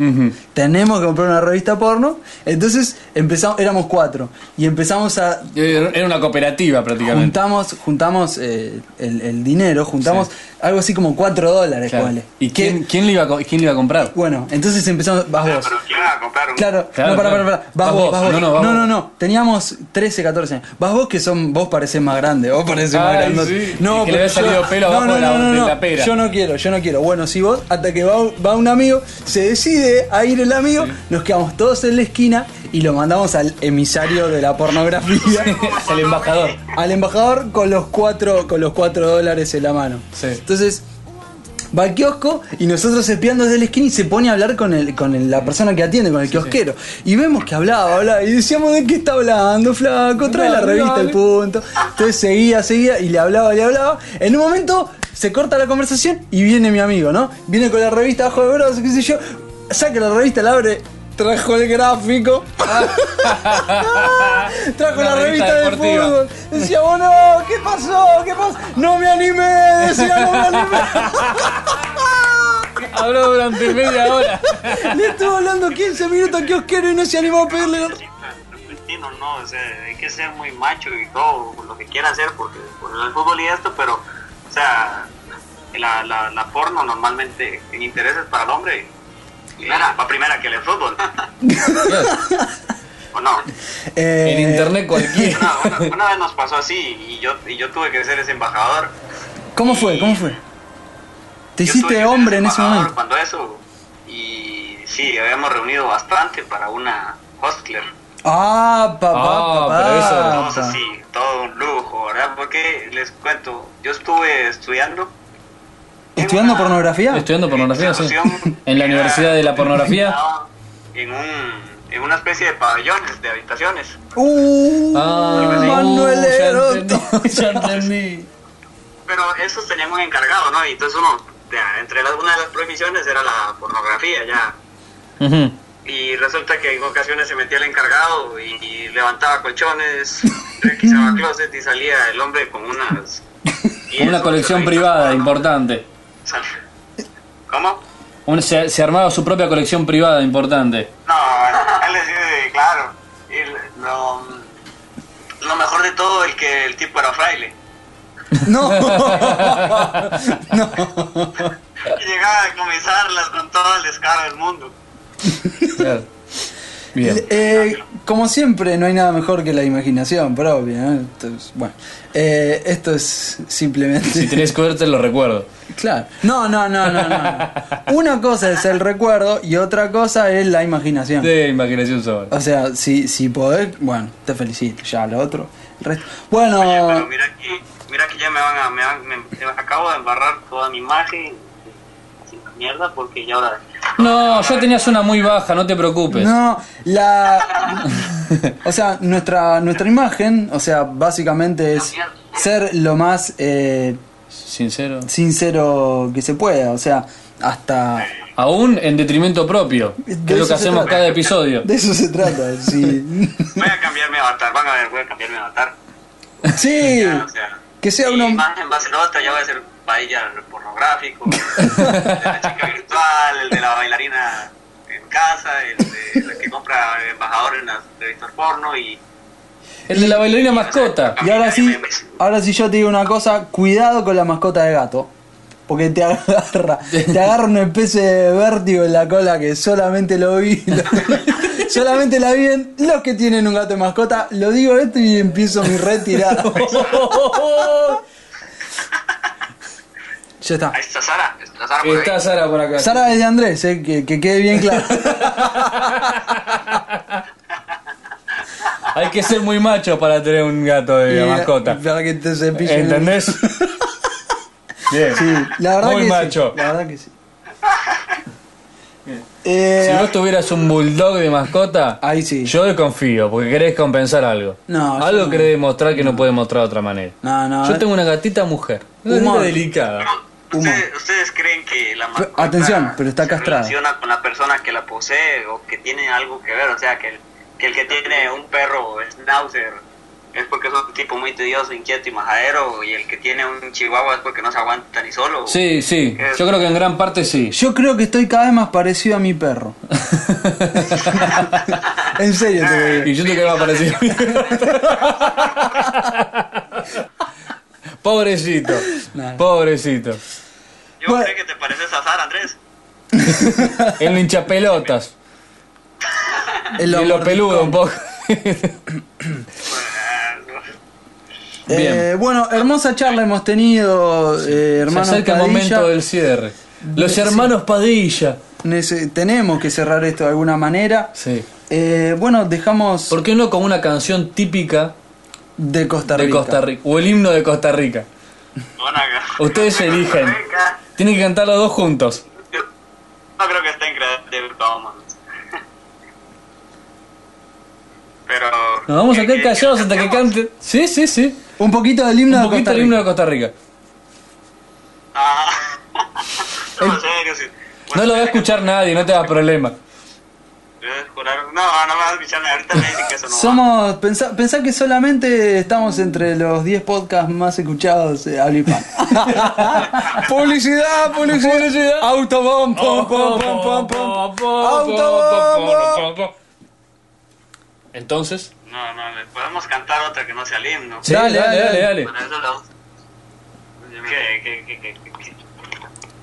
Tenemos que comprar una revista porno. Entonces empezamos, éramos cuatro y empezamos a
Era una cooperativa prácticamente.
Juntamos, juntamos eh, el, el dinero, juntamos algo así como 4 dólares,
Claro.
ponele.
¿Y
Que-
quién, quién, le iba a, co- quién le iba a comprar?
Bueno, entonces empezamos, vas
Ah,
vos.
Pero ¿quién iba a comprar un
Claro,
Claro,
no, pará,
claro.
pará, pará. Vas, vos, vas vos. No, no,
vas
no,
vos.
Teníamos 13, 14 años. Vas vos que son, vos parecés más grande, vos parecés más
Ay,
grande.
sí.
No,
Y que le
pero
había salido pelo abajo de la- de la pera.
Yo no quiero, yo no quiero. Bueno, si vos, hasta que va, va un amigo, se decide a ir el amigo, nos quedamos todos en la esquina y lo mandamos al emisario de la pornografía.
Es el embajador.
al embajador con los cuatro con los cuatro dólares en la mano.
Sí.
Entonces va al kiosco y nosotros espiando desde la esquina y se pone a hablar con el con el- la persona que atiende, con el kiosquero. Y vemos que hablaba, hablaba y decíamos de qué está hablando, flaco, trae la
Dale,
revista
dale.
el punto. Entonces seguía, seguía y le hablaba, le hablaba. En un momento se corta la conversación y viene mi amigo, ¿no? Viene con la revista abajo de brazos, qué sé yo, saca la revista, la abre, trajo el gráfico. Trajo
Una
la
revista
revista de
deportiva.
fútbol. Decía, vos no, ¿qué pasó? ¿Qué pasó? No me animé, decía, no me animé.
Habló durante media hora.
Le estuve hablando 15 minutos que os quiero y no se animó a pedirle. la-
repentino, no, o sea, hay que ser muy macho y todo, lo que quiera hacer, porque por el fútbol y esto, pero, o sea, la, la, la porno normalmente en intereses para el hombre, y va primera que el fútbol. ¿O no?
Eh, Ah,
En internet cualquiera.
Una, una- una vez nos pasó así y yo, y yo tuve que ser ese embajador.
¿Cómo fue? ¿Cómo fue? Te
Yo tuve que
hiciste
ser
hombre en ese
embajador
momento.
Cuando eso, y sí, habíamos reunido bastante para una hostler.
Ah, papá,
Ah, pero eso-
papá.
Todos así, todo un lujo, ¿verdad? Porque les cuento, yo estuve estudiando. en
¿Estudiando
una
pornografía?
Estudiando pornografía, sí.
institución
En la
que
Universidad
era-
de la Pornografía.
Ah,
En, un, en una especie de pabellones, de habitaciones.
Uh,
Ah,
Manuel
ya
Eroto.
entendí, ya entendí.
Pero esos tenían un encargado, ¿no? Y entonces uno, ya, entre las, una de las prohibiciones era la pornografía, ya.
Ujú.
Y resulta que en ocasiones se metía el encargado y, y levantaba colchones, requisaba closet y salía el hombre con unas... y
Una
eso,
colección
pero-
privada importante.
¿Cómo?
Un- se, se armaba su propia colección privada importante.
No, él decía, claro. Y lo, lo mejor de todo es que el tipo era fraile.
No. no.
Y llegaba a comenzarlas con todo el descaro del mundo.
Claro. Bien.
Eh, como siempre, no hay nada mejor que la imaginación propia. ¿no? Entonces, bueno, eh, esto es simplemente.
Si tenés suerte, lo recuerdo.
Claro. No, no, no, no, no. Una cosa es el recuerdo y otra cosa es la imaginación.
De imaginación sobre.
O sea, si, si podés, bueno, te felicito. Ya lo otro. el resto- Bueno,
Oye,
Ah.
pero mira aquí, mira que ya me van a, me, van- me- me acabo de embarrar toda mi imagen. Así, Mierda, porque ya ahora...
No, ya tenías una muy baja, no te preocupes.
no, la. O sea, nuestra, nuestra imagen, o sea, básicamente es ser lo más eh,
Sincero.
sincero que se pueda. O sea, hasta.
Aún en detrimento propio, que
De
es
eso
lo que
se
hacemos
trata.
cada episodio.
De eso se trata. Sí.
Voy a cambiar mi avatar, van a ver, voy a cambiar mi avatar.
sí.
Ya, o sea,
Que sea
mi
uno.
imagen va a ser otra, ya va a ser paella pornográfico, el de la chica virtual, el de la bailarina en casa, el de la que compra embajador en las revistas porno y...
El de la bailarina mascota.
Y ahora sí, ahora sí yo te digo una cosa, cuidado con la mascota de gato. Porque te agarra, te agarra una especie de vértigo en la cola que solamente lo vi. lo- solamente la vi en los que tienen un gato de mascota. Lo digo esto y empiezo mi retirada. ya está.
Ahí está Sara, está Sara por ahí.
Está Sara por acá.
Sara es de Andrés, eh, que, que quede bien claro.
Hay que ser muy macho para tener un gato de
Y,
mascota.
Para que te cepillen. el-
¿Entendés? Bien.
Sí, la verdad
Muy
que sí,
macho.
la verdad que sí. Eh,
Si vos tuvieras un bulldog de mascota,
Ahí sí.
yo desconfío, porque querés compensar algo.
No, yo
algo
no.
querés demostrar que no puedes mostrar de otra manera.
No, no,
Yo
eh.
tengo una gatita mujer. Una gatita
Humor.
delicada.
¿Ustedes, ustedes creen que la
Pero,
mascota
atención, pero está castrada.
se relaciona con la persona que la posee o que tiene algo que ver? O sea, que el que, el que tiene un perro schnauzer es porque es un tipo muy tedioso, inquieto y majadero, y el que tiene un chihuahua es porque no se aguanta ni solo.
Sí, sí. Yo creo que en gran parte sí.
Yo creo que estoy cada vez más parecido a mi perro. en serio te lo digo.
Y yo te quedaba parecido. Pobrecito. Pobrecito.
Yo
Bueno.
sé que te pareces a Sara, Andrés.
En lo hinchapelotas.
En
Y
lo
en lo
mordiscón.
peludo un poco.
Eh, bueno, hermosa charla hemos tenido, eh,
Se
hermanos.
acerca el
Padilla.
momento del cierre. Los hermanos Padilla.
Nece- tenemos que cerrar esto de alguna manera.
Sí.
Eh, bueno, dejamos
¿Por qué no con una canción típica
de Costa Rica.
de Costa Rica? O el himno de Costa Rica. Ustedes eligen. Tienen que cantar los dos juntos.
No creo que estén creativos, vamos. Pero.
Nos vamos a
¿qué-
quedar
qué-
callados
qué
hasta que
hacemos?
cante. Sí, sí, sí.
Un poquito del himno
Un
de
poquito
Ah, Costa
el himno de
Rica.
Costa Rica.
Ah. No, en serio, sí.
No lo va a escuchar nadie, no te das problema.
Eh, juraron- No, no me vas a escuchar, ahorita me dicen que eso no. va.
Somos, pensá, pensá que solamente estamos entre los 10 podcasts más escuchados de habla hispana. publicidad, publicidad, Autobomb, pom, pom, pom, pom, pom. Autobomb.
Entonces,
No, no, le podemos cantar otra que no sea el himno.
sí, dale, dale, dale, dale.
Bueno, eso lo. ¿Qué, qué, qué, qué, qué,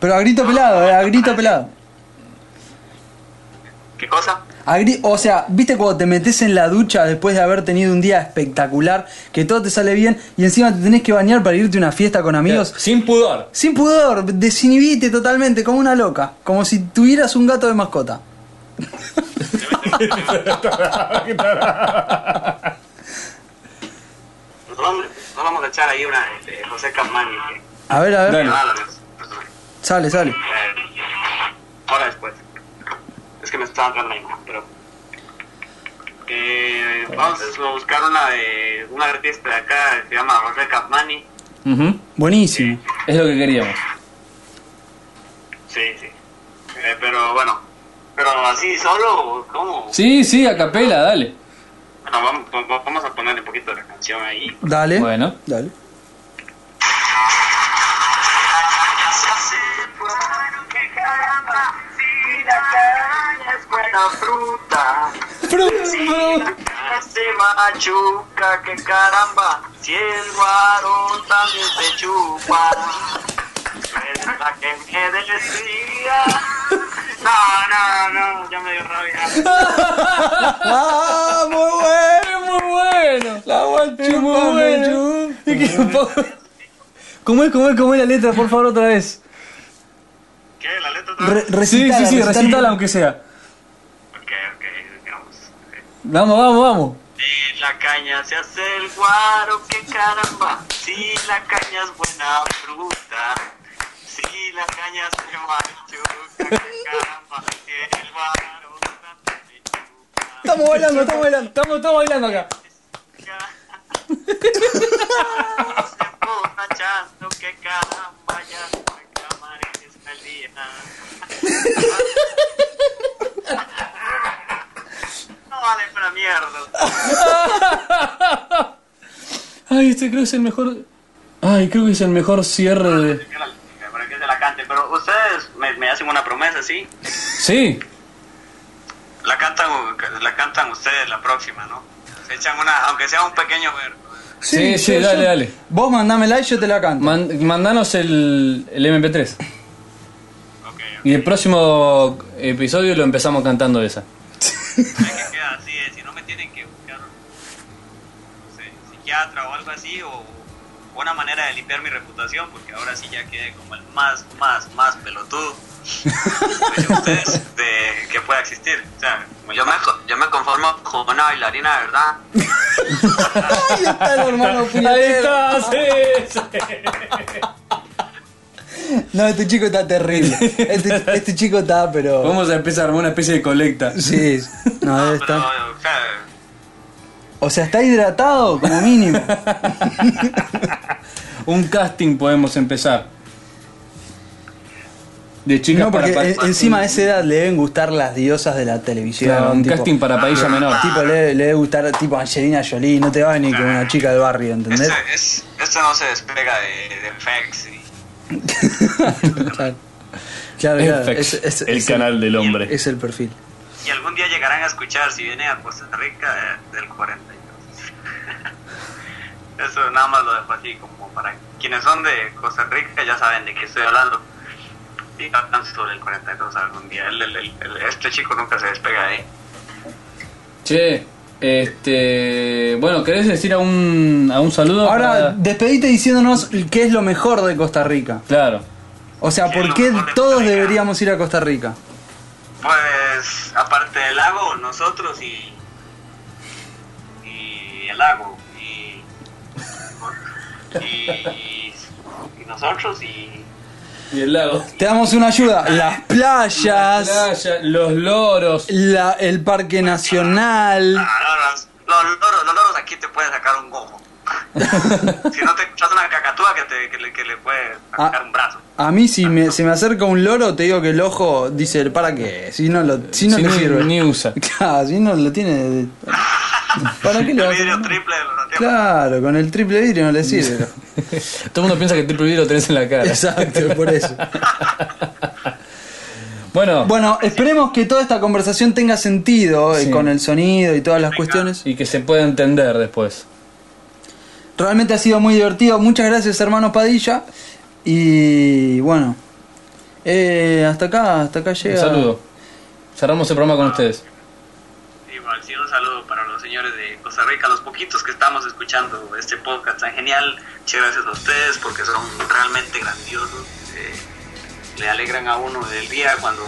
Pero a grito pelado, eh, a grito pelado.
qué cosa?
Agri- o sea, viste cuando te metes en la ducha después de haber tenido un día espectacular, que todo te sale bien y encima te tenés que bañar para irte a una fiesta con amigos.
Sin pudor.
Sin pudor, desinhibite totalmente, como una loca, como si tuvieras un gato de mascota.
Nosotros vamos- nosotros vamos a echar ahí una de José Camani. que-
A ver, a ver,
Dale.
Ah, la de-
sale, sale.
Eh, ahora después. Es que me estaba entrando ahí, pero. Eh, vamos a buscar una de un artista de acá que se llama José Capmani.
Ujú.
Buenísimo.
Es lo que queríamos.
Sí, sí. Eh, pero bueno, pero así solo, ¿cómo?
Sí, sí, a capela, dale.
Bueno, vamos, va- vamos a ponerle un poquito de la canción ahí.
Dale.
Bueno.
Dale.
pues, Si la caña es buena fruta, se machuca, que caramba, si el varón también se chupa. Es la que me decía. No, no, no, ya me dio rabia.
¡Ah, muy bueno!
Es muy bueno.
La
Es muy
guachupa me
bueno.
chupa. ¿Cómo es, cómo es, cómo es la letra? Por favor, otra vez.
¿Qué? ¿La letra
Re- recitala,
Sí, sí, sí,
recitala.
recítala aunque sea.
Ok, ok, digamos.
Vamos, vamos, vamos.
Si la caña se hace el guaro, que caramba. Si la caña es buena fruta. Si la caña se machuca, que caramba. Si el guaro tanto se chupa.
Estamos bailando, estamos bailando.
Estamos, estamos bailando acá.
Se emborrachando, que caramba. Ya no reclamaré esta día. No vale para mierda.
Ay, este creo que es el mejor. Ay, creo que es el mejor cierre de.
Para que se la cante, pero ustedes me, me hacen una promesa, ¿sí?
Sí.
La cantan, la cantan ustedes la próxima, ¿no? Se echan una, aunque sea un pequeño ver.
Sí, sí,
yo-
dale,
yo-
dale.
Vos mandámela y yo te la canto.
Man- mandanos el, el MP3.
Ok,
Y el próximo episodio lo empezamos cantando esa.
hay que quedar así, eh, si no me tienen que buscar no sé, psiquiatra o algo así, o una manera de limpiar mi reputación, porque ahora sí ya quedé como el más, más, más pelotudo de ustedes de, que pueda existir. O sea, como yo
Yo me, co- yo me conformo con una bailarina, de ¿verdad?
Ahí está el hermano
Ahí
puñetero.
está, sí, sí.
No, este chico está terrible. Este, este chico está, pero.
Vamos a empezar a armar una especie de colecta.
Sí, no, debe
me
estar-
pero, o sea,
O sea, está hidratado como mínimo.
Un casting podemos empezar. De chicas
No, porque
para
en- encima a esa edad le deben gustar las diosas de la televisión.
Claro, Ah, un
tipo-
casting para Padilla Menor.
Tipo, le, le debe gustar tipo Angelina Jolie, no te va ni con una chica del barrio, ¿entendés?
este, es, este no se despega de, de facts y
claro, claro, claro,
FX,
es- es-
el
es
canal del hombre.
Es el perfil.
Y algún día llegarán a escuchar si viene a Costa Rica eh, del 42. Eso nada más lo dejo así como para quienes son de Costa Rica ya saben de qué estoy hablando. Y hablan sobre el 42 algún día. El- el- el- el- este chico nunca se despega de ahí.
Che, este. Bueno, ¿querés decir a un, a un saludo?
Ahora,
para-
despedite diciéndonos qué es lo mejor de Costa Rica.
Claro.
O sea,
¿Qué es
¿por
lo
qué
mejor de
todos
Costa Rica?
deberíamos ir a Costa Rica?
Pues aparte del lago, nosotros y, y el lago. Y, y, y nosotros y...
Y el lago.
Te damos una ayuda. Las playas,
Playa, los loros.
la- el Parque Nacional.
Ah, no, no, los, los loros, los loros aquí te pueden sacar un gojo. si no te echas una cacatúa que, te, que, le, que le puede sacar
Ah.
un brazo.
A mí si me, se me acerca un loro, te digo que el ojo dice, ¿para qué? Si no, lo, si no
Si
le
ni-
sirve.
ni usa.
Claro, si no lo tiene... ¿Para qué
El
lo vas a
vidrio
poner?
triple de los antiguos.
Claro, con el triple vidrio no le sirve.
Todo el mundo piensa que el triple vidrio lo tenés en la cara.
Exacto, por eso.
Bueno,
Bueno, esperemos que toda esta conversación tenga sentido eh,
Sí.
con el sonido y todas las cuestiones.
y que se pueda entender después.
Realmente ha sido muy divertido. Muchas gracias, hermano Padilla. Y bueno, eh, hasta acá, hasta acá
Un
llega.
saludo. Cerramos el programa con ustedes.
y un saludo para los señores de Costa Rica, los poquitos que estamos escuchando este podcast tan genial. Muchas gracias a ustedes porque son realmente grandiosos. eh, le alegran a uno del día cuando,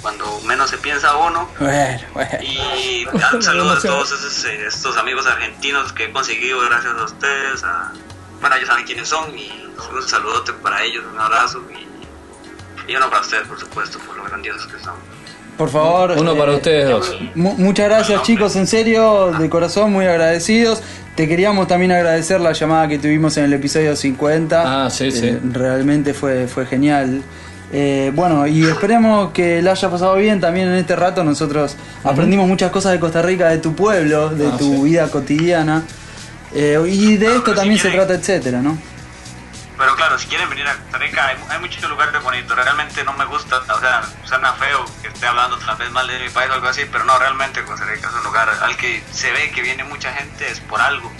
cuando menos se piensa uno.
Bueno, bueno.
Y ah, un saludo a todos esos, eh, estos amigos argentinos que he conseguido gracias a ustedes. a- bueno, ellos saben quiénes son y un saludote para ellos, un abrazo y, y uno para ustedes, por supuesto, por lo grandiosos que son.
Por favor.
Uno
eh,
para ustedes dos.
mu- muchas gracias chicos, en serio, de corazón, muy agradecidos. Te queríamos también agradecer la llamada que tuvimos en el episodio 50.
Ah, sí,
Eh,
sí.
Realmente fue, fue genial. Eh, bueno, y esperemos que la haya pasado bien también en este rato. Nosotros aprendimos muchas cosas de Costa Rica, de tu pueblo, de
Ah,
tu
sí.
vida cotidiana. Eh, y de esto
pero si
también se
quieren-
trata, etcétera, ¿no?
Pero claro, si quieren venir a Costa Rica, hay, hay muchos lugares bonitos. Realmente no me gusta, o sea, suena feo que esté hablando tal vez mal de mi país o algo así, pero no, realmente Costa Rica es un lugar al que se ve que viene mucha gente, es por algo.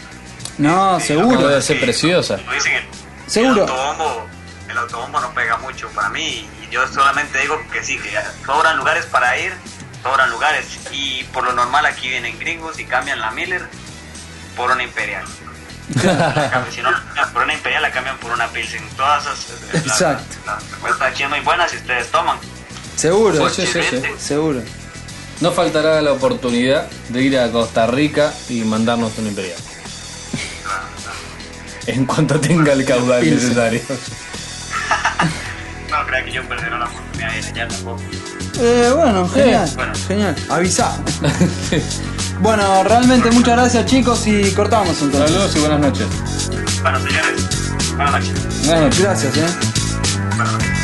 No,
Sí,
seguro.
Debe ser
Sí.
preciosa.
Como dicen, el,
Seguro.
El autobombo, el autobombo no pega mucho para mí. Y yo solamente digo que sí, que sobran lugares para ir, sobran lugares. Y por lo normal aquí vienen gringos y cambian la Miller por una Imperial. La cambian, si no la cambian por una Imperial, la cambian por una Pilsen. Todas esas. eh, las-
Exacto.
Las propuestas aquí son muy buenas y ustedes toman.
Seguro,
Sí, sí, sí.
seguro.
No faltará la oportunidad de ir a Costa Rica y mandarnos un imperial. En cuanto tenga el caudal necesario.
No creo que yo perderé la oportunidad de enseñar tampoco.
Eh, bueno, genial,
bueno.
genial. Avisa. bueno, realmente muchas gracias chicos y cortamos entonces.
Saludos y buenas noches.
Bueno, señores, buenas noches.
Buenas noches.
Gracias, eh.
Buenas noches.